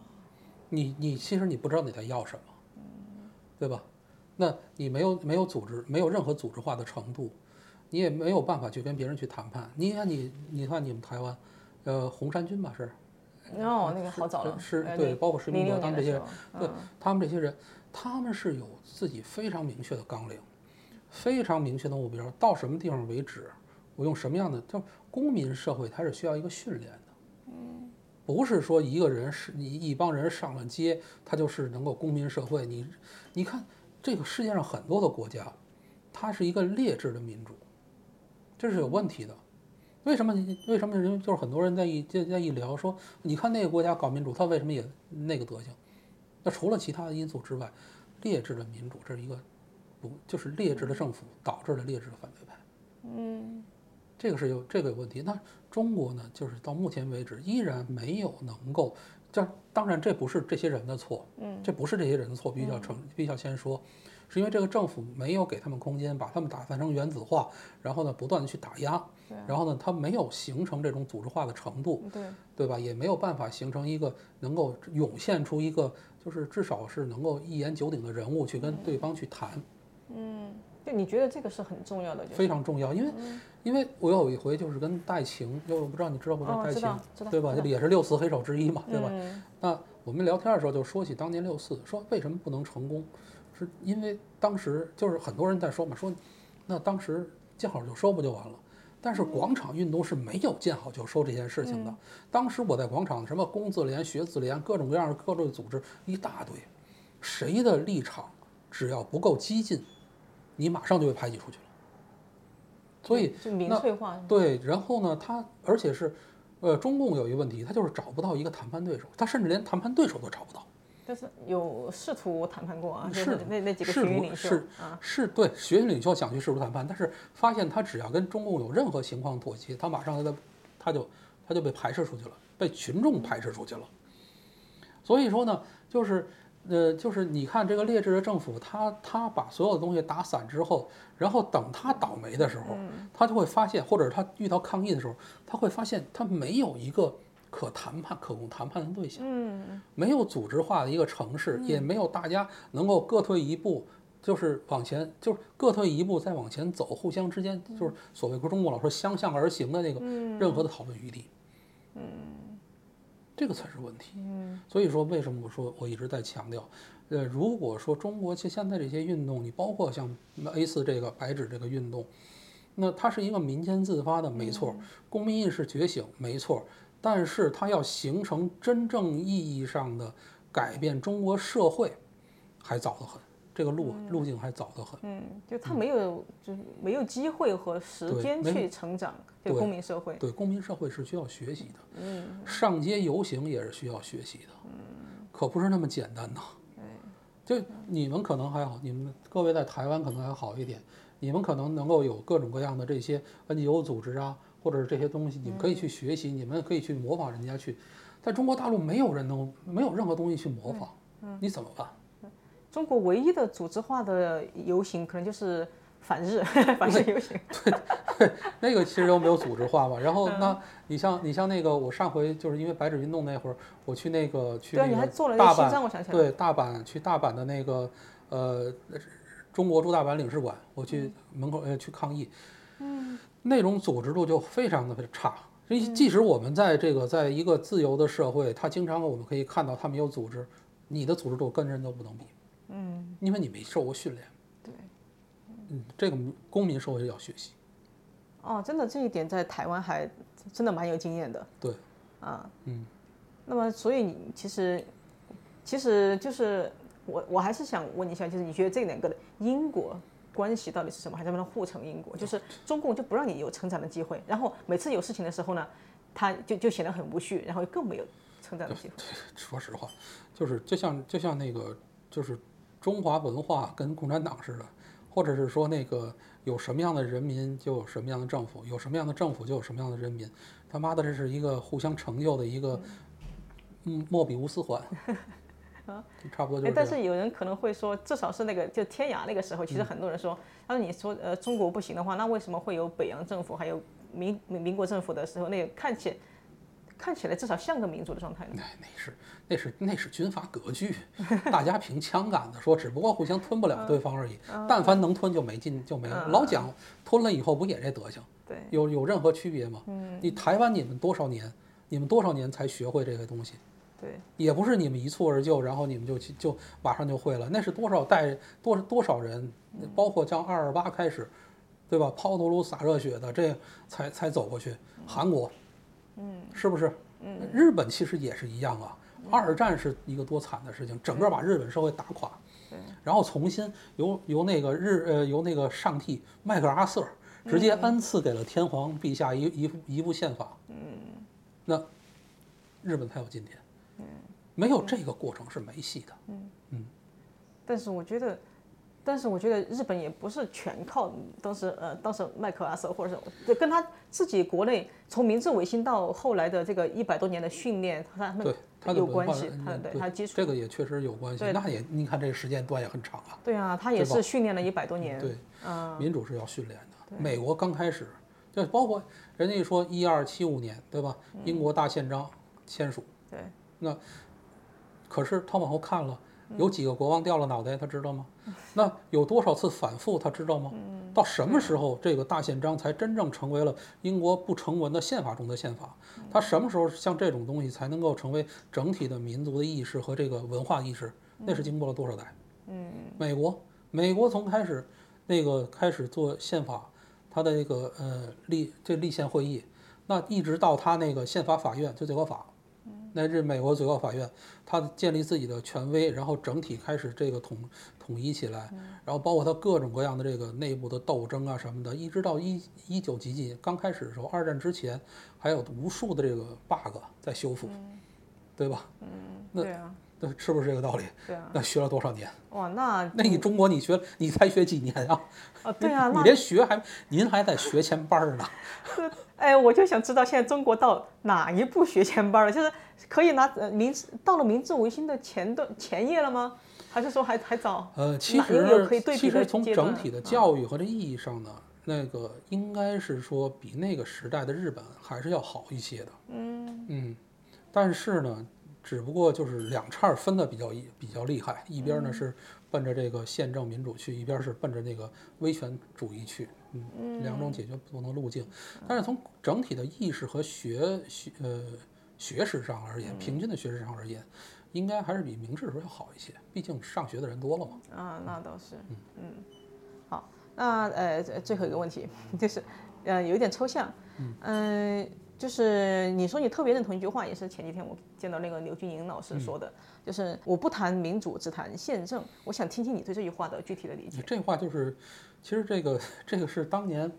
你你其实你不知道你在要什么，对吧？那你没有没有组织，没有任何组织化的程度，你也没有办法去跟别人去谈判。你看你你看你们台湾，呃，红衫军吧是，哦，那个好早了，嗯是呃对零包括石明零德六他年们的这时些人候对他们这些人，他们是有自己非常明确的纲领，非常明确的目标，到什么地方为止，我用什么样的，就公民社会它是需要一个训练的，不是说一个人是你一帮人上了街，他就是能够公民社会。你你看这个世界上很多的国家，它是一个劣质的民主，这是有问题的。为什么你？为什么人就是很多人在一在在一聊说，你看那个国家搞民主，他为什么也那个德行？那除了其他的因素之外，劣质的民主这是一个不就是劣质的政府导致了劣质的反对派。嗯，这个是有这个有问题。那中国呢，就是到目前为止依然没有能够，这当然这不是这些人的错，嗯，这不是这些人的错，必须要承必须要先说。是因为这个政府没有给他们空间，把他们打散成原子化，然后呢，不断的去打压，然后呢，他没有形成这种组织化的程度，对，对吧？也没有办法形成一个能够涌现出一个，就是至少是能够一言九鼎的人物去嗯跟对方去谈，就你觉得这个是很重要的，就是非常重要。因为，嗯因为我有一回就是跟戴晴，就我不知道你知道不知道哦戴知晴道知，道对吧？知这道也是六四黑手之一嘛，对吧？嗯那我们聊天的时候就说起当年六四，说为什么不能成功，是因为当时就是很多人在说嘛，说那当时见好就收不就完了？但是广场运动是没有见好就收这件事情的。当时我在广场，什么工字联、学字联，各种各样的各种组织一大堆，谁的立场只要不够激进，你马上就被排挤出去了。所以就民那粹化，对，然后呢，他而且是，呃，中共有一个问题，他就是找不到一个谈判对手，他甚至连谈判对手都找不到。但是有试图谈判过啊，就是是那那几个嗯试群图域领袖是啊，是对学习领袖想去试图谈判，但是发现他只要跟中共有任何情况妥协，他马上他的他就他就被排斥出去了，被群众排斥出去了。所以说呢，就是呃，就是你看这个劣质的政府，他他把所有的东西打散之后，然后等他倒霉的时候，他就会发现，或者是他遇到抗议的时候，他会发现他没有一个可谈判、可供谈判的对象。嗯，没有组织化的一个城市，也没有大家能够各退一步，就是往前，就是各退一步再往前走，互相之间就是所谓中国老说相向而行的那个任何的讨论余地，嗯，这个才是问题。嗯，所以说为什么我说我一直在强调，呃，如果说中国现现在这些运动，你包括像 A 四这个白纸这个运动，那它是一个民间自发的，没错，公民意识觉醒，没错，但是它要形成真正意义上的改变中国社会，还早得很，这个路路径还早得很。嗯，就他没有，就是没有机会和时对间没去成长，就对公民社会。嗯对，公民社会是需要学习的，上街游行也是需要学习的，嗯可不是那么简单呐。就你们可能还好，你们各位在台湾可能还好一点，你们可能能够有各种各样的这些 NGO 组织啊，或者是这些东西，你们可以去学嗯习，你们可以去模仿人家去。在中国大陆，没有人能没有任何东西去模仿，嗯你怎么办？中国唯一的组织化的游行，可能就是反日 反日游行。 那个其实都没有组织化嘛。然后嗯那你像你像那个，我上回就是因为白纸运动那会儿，我去那个呃去对啊那你还个做了那大个西藏我阪想，起来对大阪去大阪的那个呃中国驻大阪领事馆，我去门口呃去抗议，嗯，那种组织度就非常的差。所嗯以即使我们在这个在一个自由的社会，它经常我们可以看到他们有组织，你的组织度跟人都不能比，嗯，因为你没受过训练，对，嗯，这个公民社会要学习。哦，真的这一点在台湾还真的蛮有经验的。对，啊，嗯，那么所以你其实其实就是我我还是想问一下，就是你觉得这两个的因果关系到底是什么？还能不能互成因哦果？就是中共就不让你有成长的机会，然后每次有事情的时候呢，他就就显得很无序，然后更没有成长的机会。 说实话，就是就像就像那个就是中华文化跟共产党似的，或者是说那个有什么样的人民就有什么样的政府，有什么样的政府就有什么样的人民，他妈的这是一个互相成就的一个，嗯，莫比乌斯环，差不多就哎是这但样。嗯是有人可能会说，至少是那个就天涯那个时候，其实很多人说，他说你说呃中国不行的话，那为什么会有北洋政府还有民民民国政府的时候，那个看起看起来至少像个民族的状态呢？那那是那是那是军阀割据，大家凭枪杆子说，只不过互相吞不了对方而已。嗯但凡能吞就没进就没了。老蒋吞了以后不也这德行？对，嗯有有任何区别吗？你台湾你们多少年，你们多少年才学会这个东西？对，也不是你们一蹴而就，然后你们就去就马上就会了，那是多少代多多少人，包括像二二八开始，对吧？抛头颅洒热血的，这才才走过去。韩国，嗯，是不是？嗯，日本其实也是一样啊。二战是一个多惨的事情，整个把日本社会打垮，然后重新由由那个日呃由那个上帝麦克阿瑟直接恩赐给了天皇陛下一一部一部宪法，嗯，那日本才有今天。没有这个过程是没戏的。但是我觉得，但是我觉得日本也不是全靠当时呃，当时麦克阿瑟或者是就跟他自己国内从明治维新到后来的这个一百多年的训练，他们对，它的有文关化系嗯，他的对他基础。这个也确实有关系。对那也你看这个时间段也很长啊。对啊，他也对吧是训练了一百多年。对，嗯，民主是要训练的。美国刚开始，就包括人家一说一二七五年，对吧？英国大宪章签署，嗯对。可是他往后看了，嗯有几个国王掉了脑袋，他知道 吗？那有多少次反复，他知道吗？嗯到什么时候这个大宪章才真正成为了英国不成文的宪法中的宪法？嗯它什么时候像这种东西才能够成为整体的民族的意识和这个文化意识？嗯那是经过了多少代？嗯，美国，美国从开始那个开始做宪法，它的这个呃立这立宪会议，那一直到它那个宪法法院就最高法，嗯乃至美国最高法院，它建立自己的权威，然后整体开始这个统统一起嗯来，然后包括它各种各样的这个内部的斗争啊什么的，一直到一一九几几刚开始的时候，二战之前嗯还有无数的这个 bug 在修复，对吧？ 对啊，嗯那是不是这个道理？对啊，那学了多少 年？哇，那那你中国你学你才学几年啊？啊，对啊，你那连学还您还在学前班儿呢。 哎，我就想知道现在中国到哪一步学前班了？就是可以拿呃明治到了明治维新的前段前夜了吗？还是说还还早？呃，其哪有实可以对比其的实从阶整段体的啊教育和这意义上呢，那个应该是说比那个时代的日本还是要好一些的。嗯但是呢，只不过就是两叉儿分的比较一比较厉害，一嗯边儿呢是奔着这个宪政民主去，一边儿是奔着那个威权主义去。嗯，两种解决不同的路径，嗯但是从整体的意识和学学呃学识上而嗯言，平均的学识上而言，应该还是比明治时候要好一些，毕竟上学的人多了嘛。啊，那倒是，嗯，好，那呃最最后一个问题就是，呃有一点抽象，嗯、就是你说你特别认同一句话，也是前几天我见到那个刘俊莹老师说的，就是我不谈民主，只谈宪政。我想听听你对这句话的具体的理解。这话就是，其实这个这个是当年，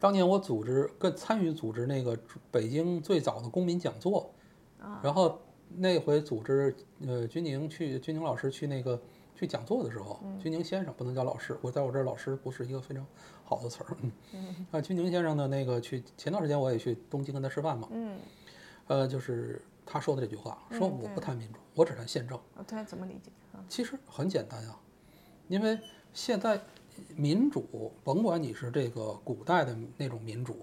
当年我组织跟参与组织那个北京最早的公民讲座，啊然后那回组织呃军宁去军宁老师去那个去讲座的时候，嗯军宁先生不能叫老师，我在我这儿老师不是一个非常好的词儿。嗯，啊，军宁先生呢，那个去前段时间我也去东京跟他吃饭嘛，嗯，呃，就是他说的这句话，说嗯我对不谈民主，我只谈宪政。啊，对啊，怎么理解啊？其实很简单啊，因为现在民主，甭管你是这个古代的那种民主，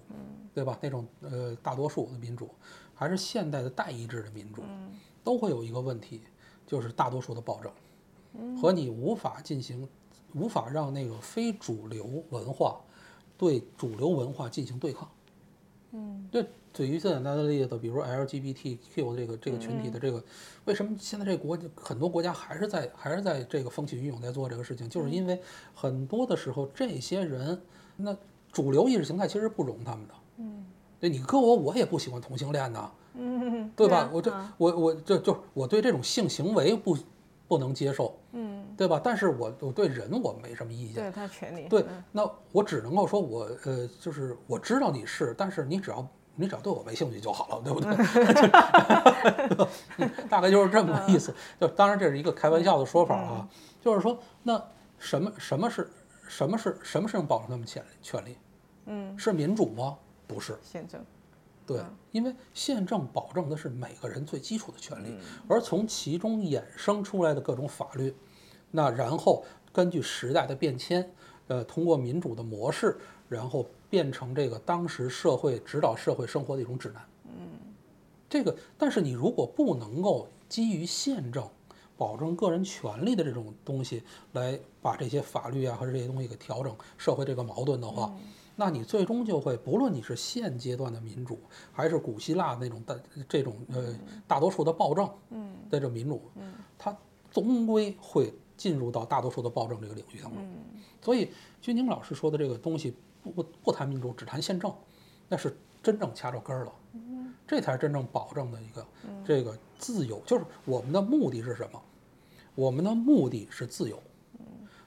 对吧？那种呃大多数的民主，还是现代的代议制的民主，都会有一个问题，就是大多数的暴政，和你无法进行，无法让那个非主流文化对主流文化进行对抗。这举一个最简单的例子，比如 LGBTQ 这个这个群体的这个，为什么现在这个国家很多国家还是在还是在这个风起云涌在做这个事情，就是因为很多的时候这些人，那主流意识形态其实不容他们的。嗯，对你搁我我也不喜欢同性恋呐，嗯， 对吧？啊我这啊我我这就是我对这种性行为不不能接受，嗯，对吧？但是我我对人我没什么意见。对他的权利，对嗯，那我只能够说我，呃，就是我知道你是，但是你只要你只要对我没兴趣就好了，对不 对？就是大概就是这么个意嗯思。就当然这是一个开玩笑的说法啊，就是说那什么什么是什么是什么事情保障他们权利权利？嗯，是民主吗？不是，宪政，对，因为宪政保证的是每个人最基础的权利，而从其中衍生出来的各种法律，那然后根据时代的变迁，呃，通过民主的模式，然后变成这个当时社会指导社会生活的一种指南。嗯，这个，但是你如果不能够基于宪政。保证个人权利的这种东西，来把这些法律啊和这些东西给调整社会这个矛盾的话，那你最终就会，不论你是现阶段的民主，还是古希腊那种大这种呃大多数的暴政，嗯，这种民主，嗯，它终归会进入到大多数的暴政这个领域当中。所以，军宁老师说的这个东西，不不不谈民主，只谈宪政，那是真正掐着根儿了。这才是真正保证的一个这个自由，就是我们的目的是什么？我们的目的是自由。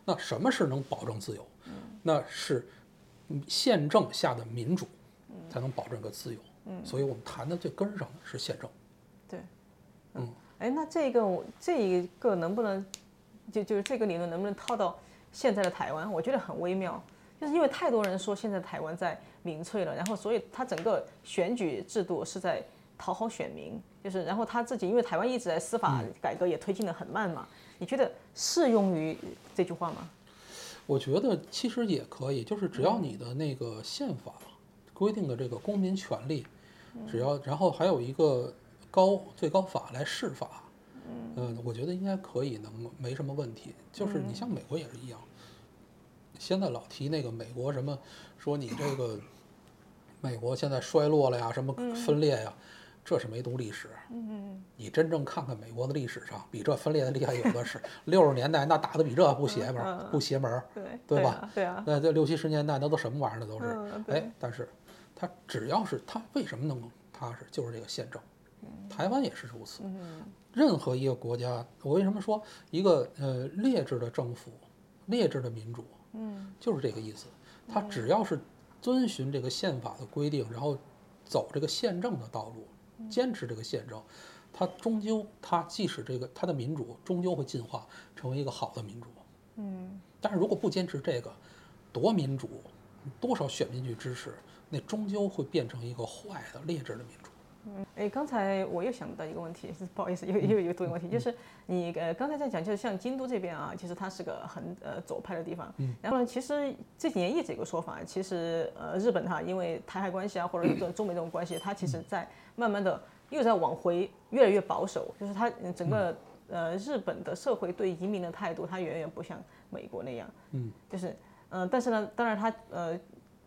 那什么是能保证自由？那是嗯宪政下的民主才能保证个自由。所以我们谈的最根儿上的是宪政。对，嗯，哎，那这个我这一个能不能，就就是这个理论能不能套到现在的台湾？我觉得很微妙，就是因为太多人说现在台湾在民粹了，然后所以他整个选举制度是在讨好选民，就是然后他自己因为台湾一直在司法嗯改革也推进的很慢嘛，你觉得适用于这句话吗？我觉得其实也可以，就是只要你的那个宪法规定的这个公民权利，只要然后还有一个高最高法来释法，嗯，我觉得应该可以，能没什么问题。就是你像美国也是一样，现在老提那个美国什么，说你这个美国现在衰落了呀，什么分裂呀，这是没读历史。你真正看看美国的历史上，比这分裂的厉害有的是。六十年代那打的比这不邪门儿，不邪门儿。对对吧啊嗯对啊，那这六七十年代那都什么玩意儿呢？都是嗯，对哎，但是它只要是它为什么能踏实，就是这个宪政。嗯台湾也是如此。任何一个国家，我为什么说一个呃劣质的政府、劣质的民主，嗯，就是这个意思。它只要是遵循这个宪法的规定，然后走这个宪政的道路，坚持这个宪政，它终究，它即使这个它的民主终究会进化成为一个好的民主。嗯，但是如果不坚持这个，多民主，多少选民去支持，那终究会变成一个坏的劣质的民主。哎，刚才我又想到一个问题， 是不好意思，又又有多个问题，就是你呃刚才在讲，就是像京都这边啊，其实它是个很呃左派的地方。然后呢，其实这几年一直有个说法，其实呃日本它因为台海关系啊，或者中 中美这种关系，它其实在慢慢的又在往回越来越保守，就是它嗯整个呃日本的社会对移民的态度，它远远不像美国那样。嗯，就是嗯、呃但是呢，当然它呃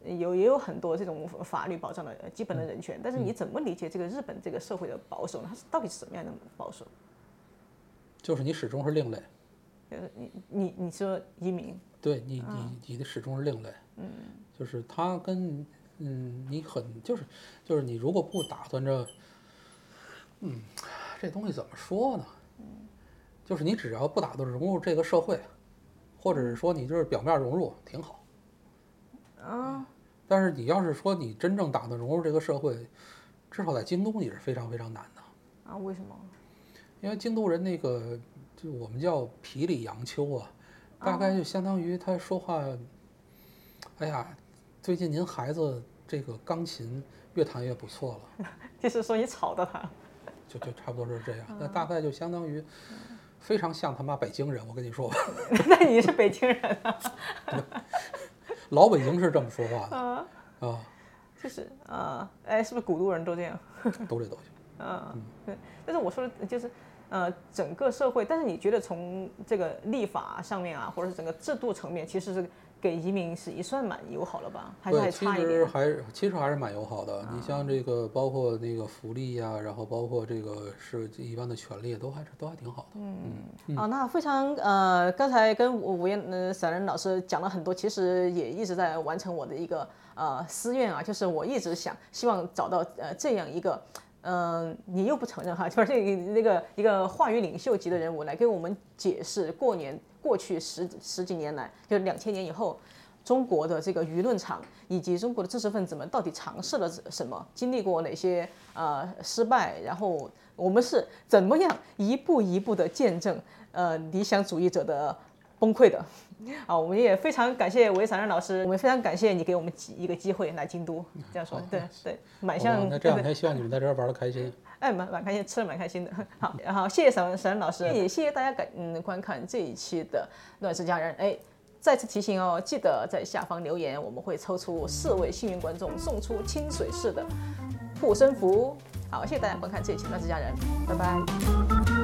有也有很多这种法律保障的呃基嗯本的人权，但是你怎么理解这个日本这个社会的保守呢？它是到底是什么样的保守？就是你始终是另类，就是你你你说移民，对你你你的始终是另类。嗯，就是它跟嗯你很就是就是你如果不打算着，嗯，这东西怎么说呢？就是你只要不打算融入这个社会，或者是说你就是表面融入，挺好。啊，但是你要是说你真正打算融入这个社会，至少在京都你是非常非常难的，啊，为什么？ 因为京都人那个就我们叫皮里洋丘啊，大哦概就相当于他说话，哎呀，最近您孩子这个钢琴越弹越不错了，就是说你吵到他就就差不多是这样，那哦大概就相当于非常像他妈北京人，我跟你说吧， 那你是北京人啊？老北京是这么说话的啊，啊，就是啊，哎，是不是古都人都这样？都这东西。啊，对。但是我说的就是，呃，整个社会，但是你觉得从这个立法上面啊，或者是整个制度层面，其实是给移民是也算蛮友好了吧？ 还是还对，其差一实点？哦还是其实还是蛮友好的。你像这个，包括那个福利呀、然后包括这个是一般的权利，都还是都还挺好的。啊，那非常呃，刚才跟吴吴彦呃散人老师讲了很多，其实也一直在完成我的一个呃私愿啊，就是我一直想希望找到呃这样一个。嗯、你又不承认哈，就是你那个一个话语领袖级的人物来给我们解释过年过去十十几年来，就两千年以后，中国的这个舆论场以及中国的知识分子们到底尝试了什么，经历过哪些呃失败，然后我们是怎么样一步一步的见证呃理想主义者的崩溃的。啊，我们也非常感谢韦散任老师，我们非常感谢你给我们机一个机会来京都，这样说好对对，蛮好吧像哦那这两天希望你们在这儿玩的开心。哎，蛮蛮开心，吃的蛮开 心的。好，然后谢谢沈沈老师，也谢谢大家感嗯观看这一期的《乱世佳人》。哎，再次提醒哦，记得在下方留言，我们会抽出四位幸运观众，送出清水市的护身符。好，谢谢大家观看这一期《乱世佳人》，拜拜。